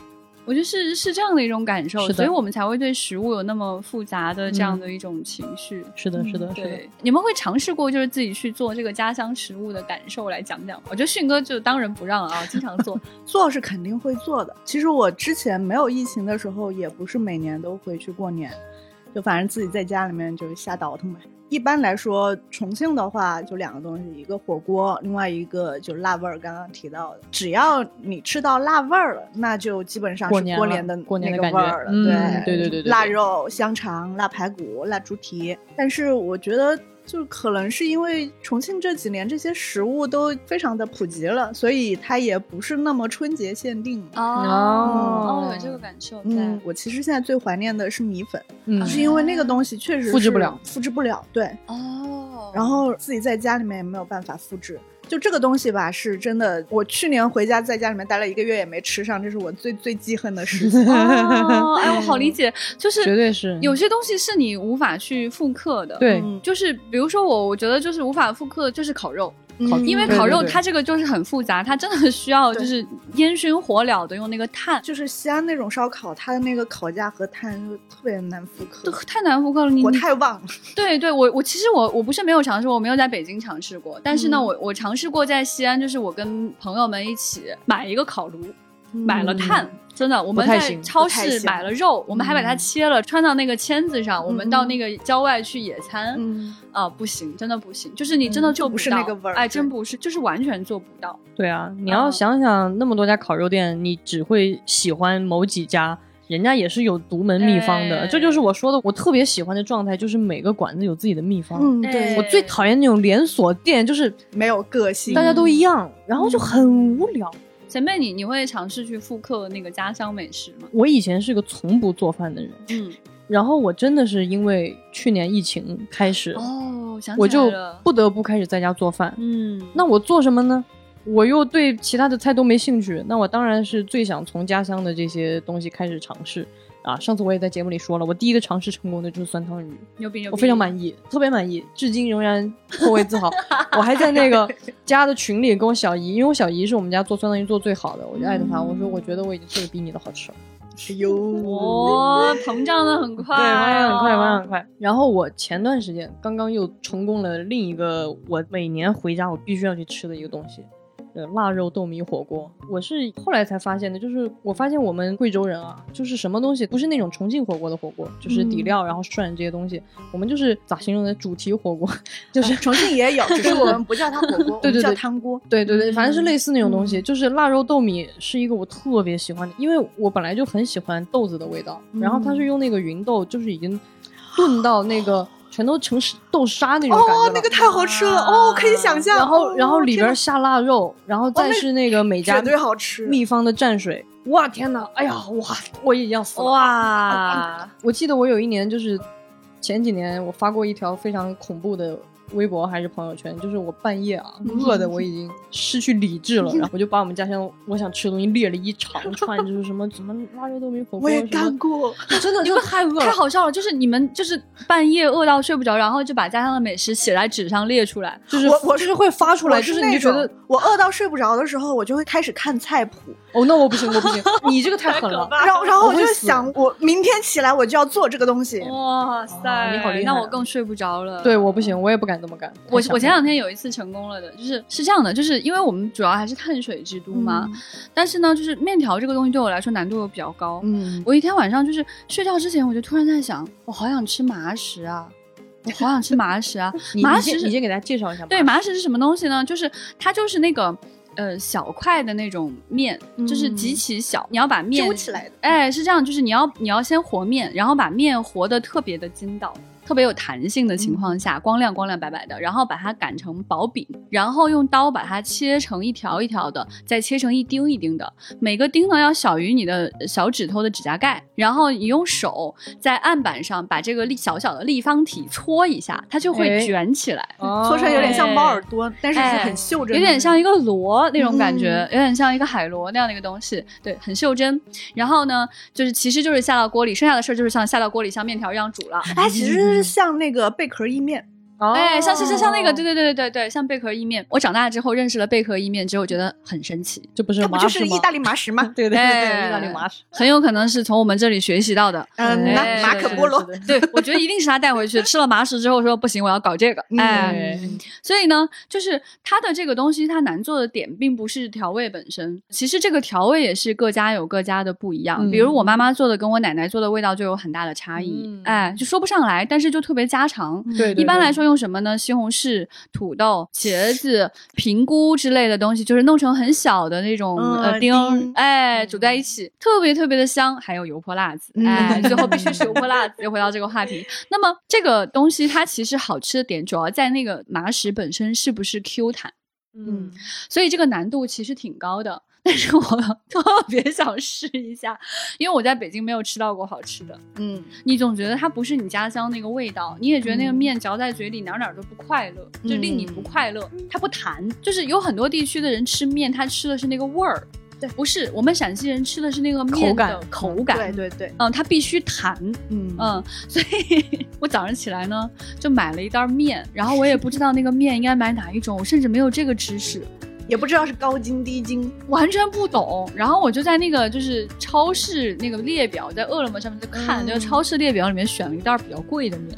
我觉得是是这样的一种感受，是的所以我们才会对食物有那么复杂的这样嗯的一种情绪。是的，是的，是的。对，你们会尝试过就是自己去做这个家乡食物的感受来讲讲吗？我觉得迅哥就当仁不让啊，经常做。做是肯定会做的。其实我之前没有疫情的时候，也不是每年都回去过年，就反正自己在家里面就瞎倒腾呗。一般来说，重庆的话就两个东西，一个火锅，另外一个就辣味儿。刚刚提到的，只要你吃到辣味儿了，那就基本上过是年过了年的过年那的个感味觉儿了。嗯对对对对对腊对肉、香肠、腊排骨、腊猪蹄。但是我觉得，就可能是因为重庆这几年这些食物都非常的普及了，所以它也不是那么春节限定。哦哦，有这个感受在。嗯，我其实现在最怀念的是米粉，嗯啊是因为那个东西确实复制不是了复制不了。对，哦，然后自己在家里面也没有办法复制。就这个东西吧，是真的。我去年回家在家里面待了一个月也没吃上，这是我最最记恨的 事情。 哦，哎，我好理解，就是绝对是有些东西是你无法去复刻的。。对，嗯就是比如说我，我觉得就是无法复刻，就是烤肉，好嗯因为对烤对肉对它这个就是很复杂，它真的需要对就是烟熏火燎的用那个炭，就是西安那种烧烤，它的那个烤架和炭就特别难复都刻，太难复刻了。你我你太忘了。对对，我我其实我我不是没有尝试过，我没有在北京尝试过，但是呢，嗯我我尝试过在西安，就是我跟朋友们一起买一个烤炉，买了炭。真的，我们太在行嗯超不太市行买了肉，我们还把它切了，穿到那个签子上。我们嗯到那个郊外去野餐，嗯，啊，不行，真的不行，就是你真的嗯做就不是到那个味儿哎，对真不是，就是完全做不到。嗯对啊，你啊要想想那么多家烤肉店，你只会喜欢某几家，人家也是有独门秘方的。哎这就是我说的，我特别喜欢的状态，就是每个馆子有自己的秘方。嗯，哎对，嗯我最讨厌那种连锁店，就是没有个性大。家都一样，嗯然后就很无聊。前辈你，你会尝试去复刻那个家乡美食吗？我以前是个从不做饭的人，嗯，然后我真的是因为去年疫情开始，哦，想我起来就了，不得不开始在家做饭。嗯，那我做什么呢？我又对其他的菜都没兴趣，那我当然是最想从家乡的这些东西开始尝试啊！上次我也在节目里说了，我第一个尝试成功的就是酸汤鱼，牛逼牛逼，我非常满意，特别满意，至今仍然颇为 自豪。我还在那个家的群里跟我小姨，因为我小姨是我们家做酸汤鱼做最好的，我就艾特她，嗯我说我觉得我已经做的比你的好吃了。哎呦，哇、膨胀的很快、对，玩也很快，玩也哦，很快。然后我前段时间刚刚又成功了另一个我每年回家我必须要去吃的一个东西，呃，腊肉豆米火锅。我是后来才发现的，就是我发现我们贵州人啊，就是什么东西不是那种重庆火锅的火锅，就是底料、然后涮这些东西，我们就是咋形容呢？主题火锅， 就是。呃重庆也有，只是我们不叫它火 锅，对对对我们叫汤锅。对对对，嗯反正是类似那种东嗯西，就是腊肉豆米是一个我特别喜欢的，因为我本来就很喜欢豆子的味道，然后嗯它是用那个芸豆，就是已经炖到那 个全都成是豆沙那种感觉了。哦，那个太好吃了，哦，我可以想象。然后哦然后里天边哪下腊肉，然后再是那个每家绝对好吃。秘方的蘸水。哇天哪！哎呀，哇，我已经要死了。哦哇，我记得我有一年就是前几年我发过一条非常恐怖的微博还是朋友圈，就是我半夜啊嗯饿的我已经失去理 智了，然后我就把我们家乡我想吃的东西列了一长串，就是什么什么腊肉豆米火锅，我也什么干，过， 真的真的太饿太了。好笑了！就是你们就是半夜饿到睡不着，然后就把家乡的美食写在纸上列出来。就是我我就是会发出来，我就是是你就觉那得种我饿到睡不着的时候，我就会开始看菜谱，哦，那我不行，我 不行，你这个太狠了。然后然后我我会就死想，我明天起来我就要做这个东西。哇塞，哦你好厉害那啊我更睡不着了。对，我不行，我也不敢这么干。我太我前想干两天有一次成功了的，就是是这样的，就是因为我们主要还是碳水之都嘛，嗯但是呢，就是面条这个东西对我来说难度又比较高。嗯，我一天晚上就是睡觉之前，我就突然在想，我好想吃麻食啊，我好想吃 麻食啊你，麻你食先是你先给大家介绍一下吧。对，麻食是什么东西呢？就是它就是那个呃小块的那种面，就是极嗯其小，你要把面揪起来的。哎，是这样，就是你要你要先和面，然后把面和的特别的筋道，特别有弹性的情况下，光亮光亮白白的，然后把它擀成薄饼，然后用刀把它切成一条一条的，再切成一丁一丁的，每个丁呢要小于你的小指头的指甲盖，然后你用手在案板上把这个立小小的立方体搓一下，它就会哎卷起来。哦，搓出来有点像猫耳朵，但是是哎很袖珍的那种，有点像一个螺那种感觉，嗯有点像一个海螺那样的一个东西，对，很袖珍。然后呢，就是其实就是下到锅里，剩下的事儿就是像下到锅里像面条一样煮了。哎，其实是像那个贝壳意面，哦，哎，像像像像那个，对对对对对对，像贝壳意面。我长大之后认识了贝壳意面之后，觉得很神奇，这不是它不麻就是食吗？意大利麻食吗 对对对哎对，意大利麻食。很有可能是从我们这里学习到的。嗯，哎马对马对可对波罗是，的是的对，我觉得一定是他带回去吃了麻食之后说不行，我要搞这个。哎，嗯所以呢，就是它的这个东西，它难做的点并不是调味本身，其实这个调味也是各家有各家的不一样。嗯比如我妈妈做的跟我奶奶做的味道就有很大的差异，嗯哎，就说不上来，但是就特别家常。嗯对，对一般来对说用什么呢？西红柿、土豆、茄子、平菇之类的东西，就是弄成很小的那种、嗯呃丁儿丁，哎，煮在一起，特别特别的香。还有油泼辣子，嗯哎，最后必须是油泼辣子。又回到这个话题，那么这个东西它其实好吃的点主要在那个麻食本身是不是 Q 弹，嗯，所以这个难度其实挺高的。 但是我特别想试一下，因为我在北京没有吃到过好吃的。嗯，你总觉得它不是你家乡那个味道，你也觉得那个面嚼在嘴里哪儿哪儿都不快乐，就令嗯你不快乐。它不弹，就是有很多地区的人吃面，他吃的是那个味儿，对不是我们陕西人吃的是那个面的口感。对对对，嗯，它必须弹，嗯嗯，所以 我早上起来呢，就买了一袋面，然后我也不知道那个面应该买哪一种，我甚至没有这个知识，也不知道是高筋低筋，完全不懂。然后我就在那个就是超市那个列表，在饿了么上面就看，嗯就超市列表里面选了一袋比较贵的面，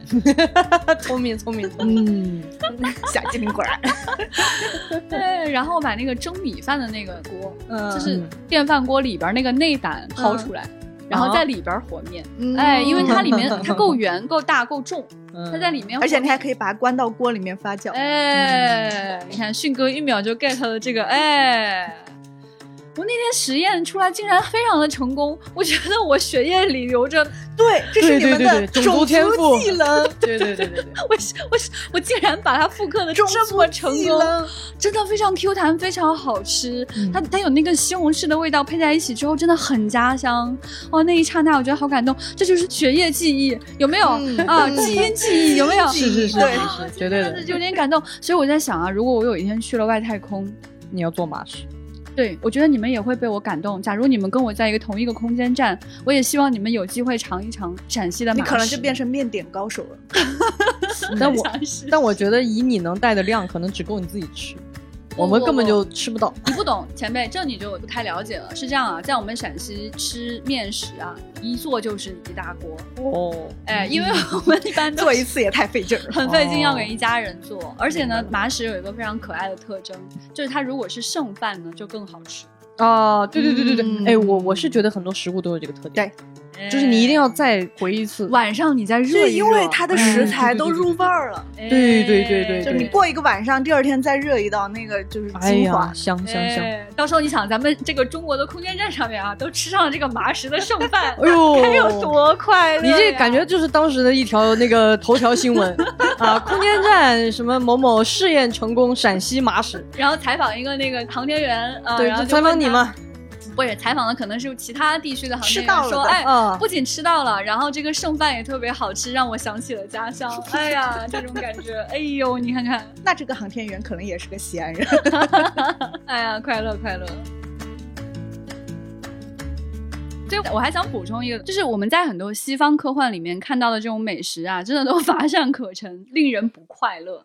聪明聪明聪明。嗯，小机灵鬼 儿，对，然后我把那个蒸米饭的那个锅，嗯就是电饭锅里边那个内胆掏出来。然后在里边和面，嗯哎，因为 它里面它够圆、够大、够重，它他在里面和，而且你还可以把它关到锅里面发酵，哎，你看迅哥一秒就 get 了这个，哎，我那天实验出来竟然非常的成功，我觉得我血液里流着，对，这是对你对们对的对，种种族天赋技能， 对对对对对，我我我竟然把它复刻的种这族么成技功，能。真的非常 Q 弹，非常好吃。嗯它它有那个西红柿的味道配在一起之后，真的很家乡。哇，那一刹那我觉得好感动，这就是血液记忆，有没有、嗯啊？嗯基因记忆有啊没有？是是是是对是，绝对真的的。就有点感动，所以我在想啊，如果我有一天去了外太空，你要做马 氏，对我觉得你们也会被我感动。假如你们跟我在一个同一个空间站，我也希望你们有机会尝一尝陕西的马你食。可能就变成面点高手了。但我想试但我觉得以你能带的量，可能只够你自己吃，哦我们不根本不就吃不到。你不懂，前辈，这你就不太了解了。是这样啊，在我们陕西吃面食啊，一做就是一大锅。哦，哎，因为我们一般都做是一次也太费劲儿了。很费劲，哦要给一家人做。而且呢明白，了麻食有一个非常可爱的特征，就是它如果是剩饭呢，就更好吃。啊，对对对对对，哎，嗯我我是觉得很多食物都有这个特点，哎就是你一定要再回一次。晚上你再热是一热，因为它的食材嗯都入味儿了，哎对对对对就对你过一个晚上，第二天再热一道，那个就是哎精华呀，。香香香！哎，哎到时候你想，咱们这个中国的空间站上面啊，都吃上了这个麻食的剩饭 哎呦，该有多 快乐你呀！这感觉就是当时的一条那个头条新 闻啊，空间站什么某某试验成功陕西马屎，然后采访一个那个航天员啊，呃对，然后就就采问访你他嘛，不是采访的，可能是其他地区的航吃天到员了说，的哎，啊，不仅吃到了，然后这个剩饭也特别好吃，让我想起了 家乡。哎呀，这种感觉，哎呦，你看看，那这个航天员可能也是个西安人。哎呀，快乐快乐。对，我还想补充一个，就是我们在很多西方科幻里面看到的这种美食啊，真的都 乏善可陈，令人不快乐。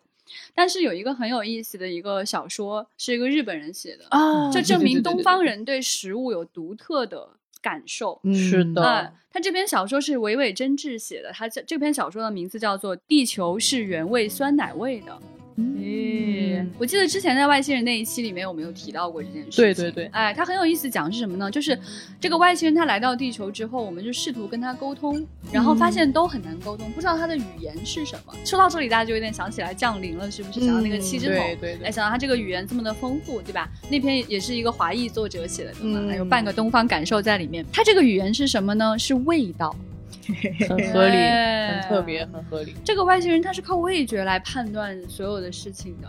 但是有一个很有意思的一个小说，是一个日本人写的， 啊这证明东方人人对食物有独特的感受。是嗯的，哎，他这篇小说是尾尾真治写的，他这这篇小说的名字叫做《地球是原味酸奶味的》。嗯，我记得之前在外星人那一期里面，我们有提到过这件事情。对对对哎，他很有意思，讲的是什么呢？就是这个外星人他来到地球之后，我们就试图跟他沟通，然后发现都很难沟通，不知道他的语言是什么。说到这里，大家就有点想起来降临了，是不是？想到那个嗯七只头。对对哎，对，想到他这个语言这么的丰富，对吧？那篇也是一个华裔作者写的嘛，嗯还有半个东方感受在里面。他这个语言是什么呢？是味道，很合理，哎很特别，很合理。这个外星人他是靠味觉来判断所有的事情的，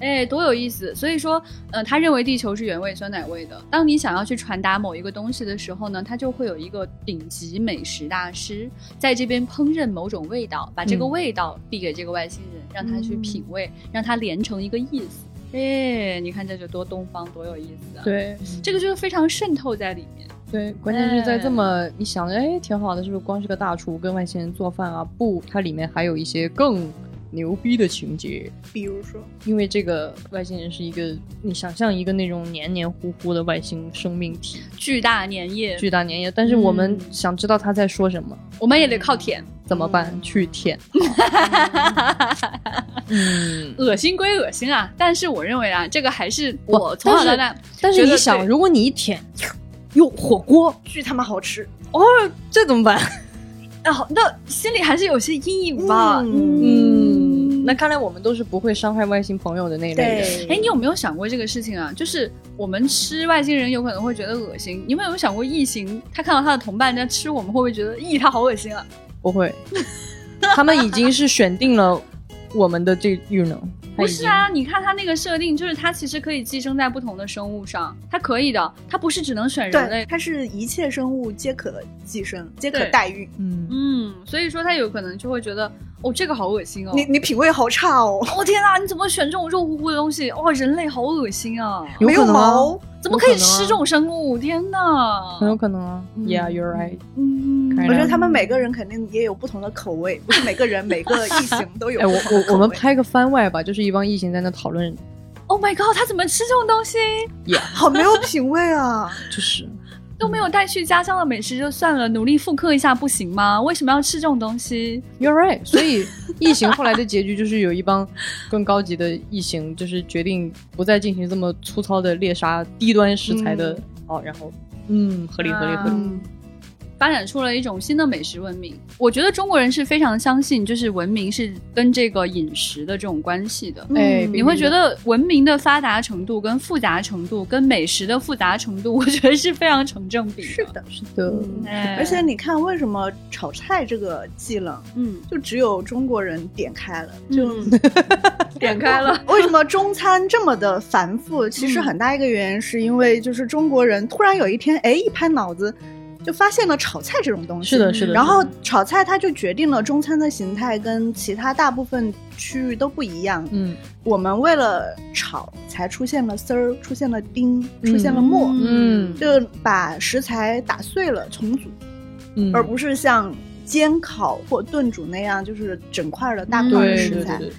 哎，多有意思！所以说，呃，他认为地球是原味酸奶味的。当你想要去传达某一个东西的时候呢，他就会有一个顶级美食大师在这边烹饪某种味道，把这个嗯味道递给这个外星人，让他去品味，让他连成一个意思。哎，你看这就多东方，多有意思啊！，对这个就是非常渗透在里面。对，关键是在这么你想，哎，挺好的，是不是？光是个大厨跟外星人做饭啊？不，它里面还有一些更牛逼的情节。比如说，因为这个外星人是一个，你想象一个那种黏黏糊糊的外星生命体，巨大粘液，巨大粘液，但是我们嗯想知道他在说什么，我们也得靠舔。怎么办？嗯去 舔它。嗯，恶心归恶心啊，但是我认为啊，这个还是我我从小到大但是觉你得想，对如果你一舔，哟，火锅，巨他妈好吃。这怎么办？哦，那心里还是有些阴影吧。嗯嗯，那看来我们都是不会伤害外星朋友的那一类对，人。哎，你有没有想过这个事情啊？就是我们吃外星人有可能会觉得恶心，你有没有想过异形他看到他的同伴在吃，我们会不会觉得，咦，他好恶心啊？不会，他们已经是选定了我们的这育能。不是啊，你看他那个设定，就是他其实可以寄生在不同的生物上，他可以的，他不是只能选人对，类。它是一切生物皆可寄生，皆可对代孕。他已经，嗯，嗯，所以说他有可能就会觉得，哦，这个好恶心哦。你你品味好差哦，我、天啊哪，你怎么选这种肉乎乎的东西？哇、人类好恶心啊！有没有可能啊毛，怎么可以吃这种生物？天哪！很有可能啊。嗯 Yeah, you're right。嗯，可能我觉得他们每个人肯定也有不同的口味，不是每个人每个异形都有 哎，不同的我口味。我我们拍个番外吧，就是一帮异形在那讨论， Oh my god，他怎么吃这种东西？好没有品味啊！就是都没有带去家乡的美食就算了，努力复刻一下不行吗？为什么要吃这种东西？ You're right。所以异形后来的结局就是有一帮更高级的异形，就是决定不再进行这么粗糙的猎杀低端食材的、嗯哦，然后嗯，合理合理合理。嗯发展出了一种新的美食文明。我觉得中国人是非常相信，就是文明是跟这个饮食的这种关系的。哎嗯你会觉得文明的发达程度、跟复杂程度、跟美食的复杂程度，我觉得是非常成正比的。是的，是的，嗯哎、而且你看，为什么炒菜这个技能嗯，就只有中国人点开了？就、嗯点开了。 为什么中餐这么的繁复？其嗯实很大一个原因是因为就是中国人突然有一天，哎，一拍脑子就发现了炒菜这种东西。嗯是的，是的。然后炒菜它就决定了中餐的形态跟其他大部分区域都不一样。嗯我们为了炒才出现了丝儿，出现了丁，出现了末，嗯就把食材打碎了重组，嗯，而不是像煎烤或炖煮那样就是整块的大块的嗯对对食对对材。对，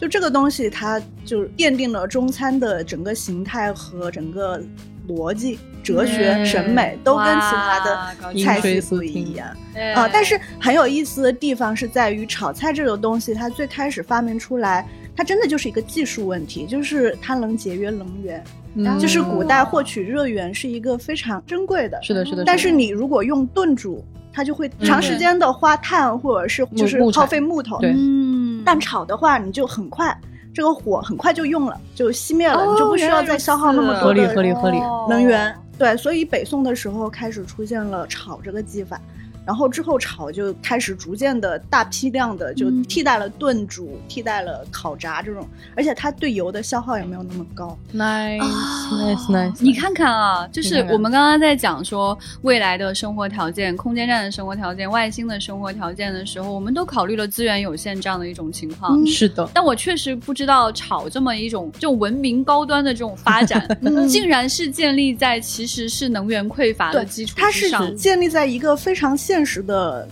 就这个东西，它就奠定了中餐的整个形态和整个逻辑、哲学、嗯审美都跟其他哇搞的定菜饮水系思不一听样。哎啊、但是很有意思的地方是在于炒菜这种东西，它最开始发明出来，它真的就是一个技术问题，就是它能节约能源，嗯就是古代哦获取热源是一个非常珍贵的。是的，是的，但是你如果用炖煮，它就会嗯长时间的花炭或者是木就是木材耗费木头。对嗯，但炒的话，你就很快，这个火很快就用了，就熄灭了，哦你就不需要再消耗那么多合理的合理合理能源。对，所以北宋的时候开始出现了炒这个技法，然后之后炒就开始逐渐的大批量的就嗯替代了炖煮、替代了烤炸这种，而且它对油的消耗也没有那么高。 nice 啊 nice nice，你看看啊，就你是看看我们刚刚在讲说未来的生活条件、空间站的生活条件、外星的生活条件的时候，我们都考虑了资源有限这样的一种情况。嗯是的，但我确实不知道炒这么一种这种文明高端的这种发展，嗯竟然是建立在其实是能源匮乏的对基础它之是上。建立在一个非常现实的。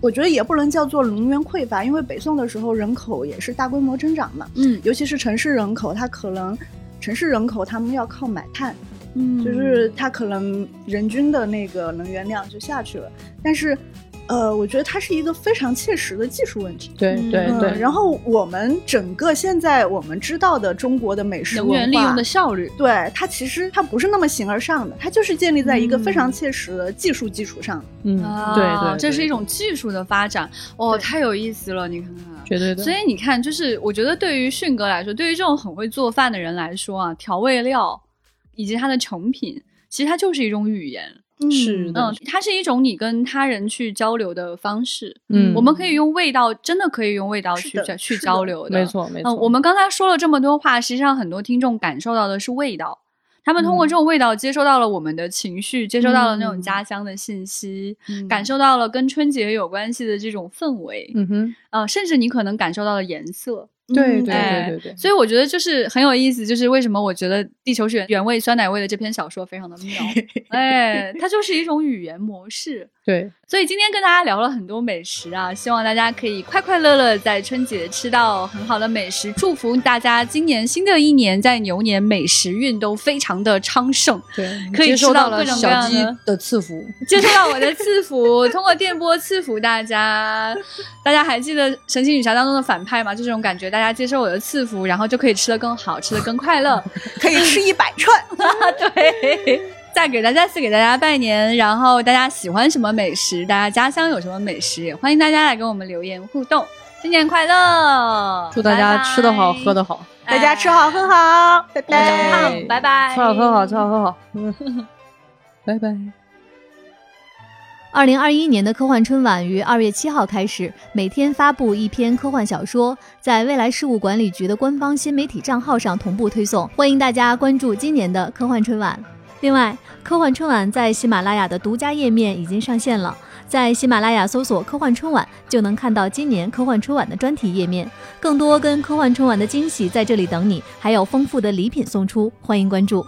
我觉得也不能叫做能源匮乏，因为北宋的时候人口也是大规模增长嘛，嗯尤其是城市人口，它可能城市人口他们要靠买炭，嗯就是它可能人均的那个能源量就下去了。但是，呃，我觉得它是一个非常切实的技术问题。对嗯对嗯，对，然后我们整个现在我们知道的中国的美食能文化，源利用的效率。对它其实它不是那么形而上的，它就是建立在一个嗯非常切实的技术基础上的。嗯，啊对对，这是对一种技术的发展哦，对太有意思了，你看看。绝对的，所以你看，就是我觉得对于迅哥来说，对于这种很会做饭的人来说啊，调味料以及它的成品，其实它就是一种语言。是的嗯，它是一种你跟他人去交流的方式。嗯，我们可以用味道，真的可以用味道是去的交去是的交流的。没。错没错，嗯，我们刚才说了这么多话，实际上很多听众感受到的是味道，他们通过嗯这种味道接收到了我们的情绪，接收到了那种嗯家乡的信息，嗯感受到了跟春节有关系的这种氛围。嗯哼，呃，甚至你可能感受到了颜嗯色，对对哎对对对，所以我觉得就是很有意思，就是为什么我觉得《地球是原原味酸奶味》的这篇小说非常的 妙，哎，它就是一种语言模式。对，所以今天跟大家聊了很多美食啊，希望大家可以快快乐乐在春节吃到很好的美食，祝福大家今年新的一年在牛年美食运都非常的昌盛。对，可以接吃收到到了各种各小样鸡的的赐福，接收到我的赐福，通过电波赐福大家。大家还记得《神奇女侠》当中的反派吗？就这种感觉，大家接受我的赐福，然后就可以吃得更好，吃得更快乐。可以吃一百串。对。 再给大家再给大家拜年，然后大家喜欢什么美食，大家家乡有什么美食，也欢迎大家来跟我们留言互动。新年快乐！祝大家吃得好，拜拜喝得好，大家吃好喝，好，拜哎拜。长胖，拜拜！吃好喝好，吃好喝好，嗯， 拜拜。二零二一年的科幻春晚于二月七号开始，每天发布一篇科幻小说，在未来事务管理局的官方新媒体账号上同步推送，欢迎大家关注今年的科幻春晚。另外，科幻春晚在喜马拉雅的独家页面已经上线了，在喜马拉雅搜索“科幻春晚”就能看到今年科幻春晚的专题页面，更多跟科幻春晚的惊喜在这里等你，还有丰富的礼品送出，欢迎关注。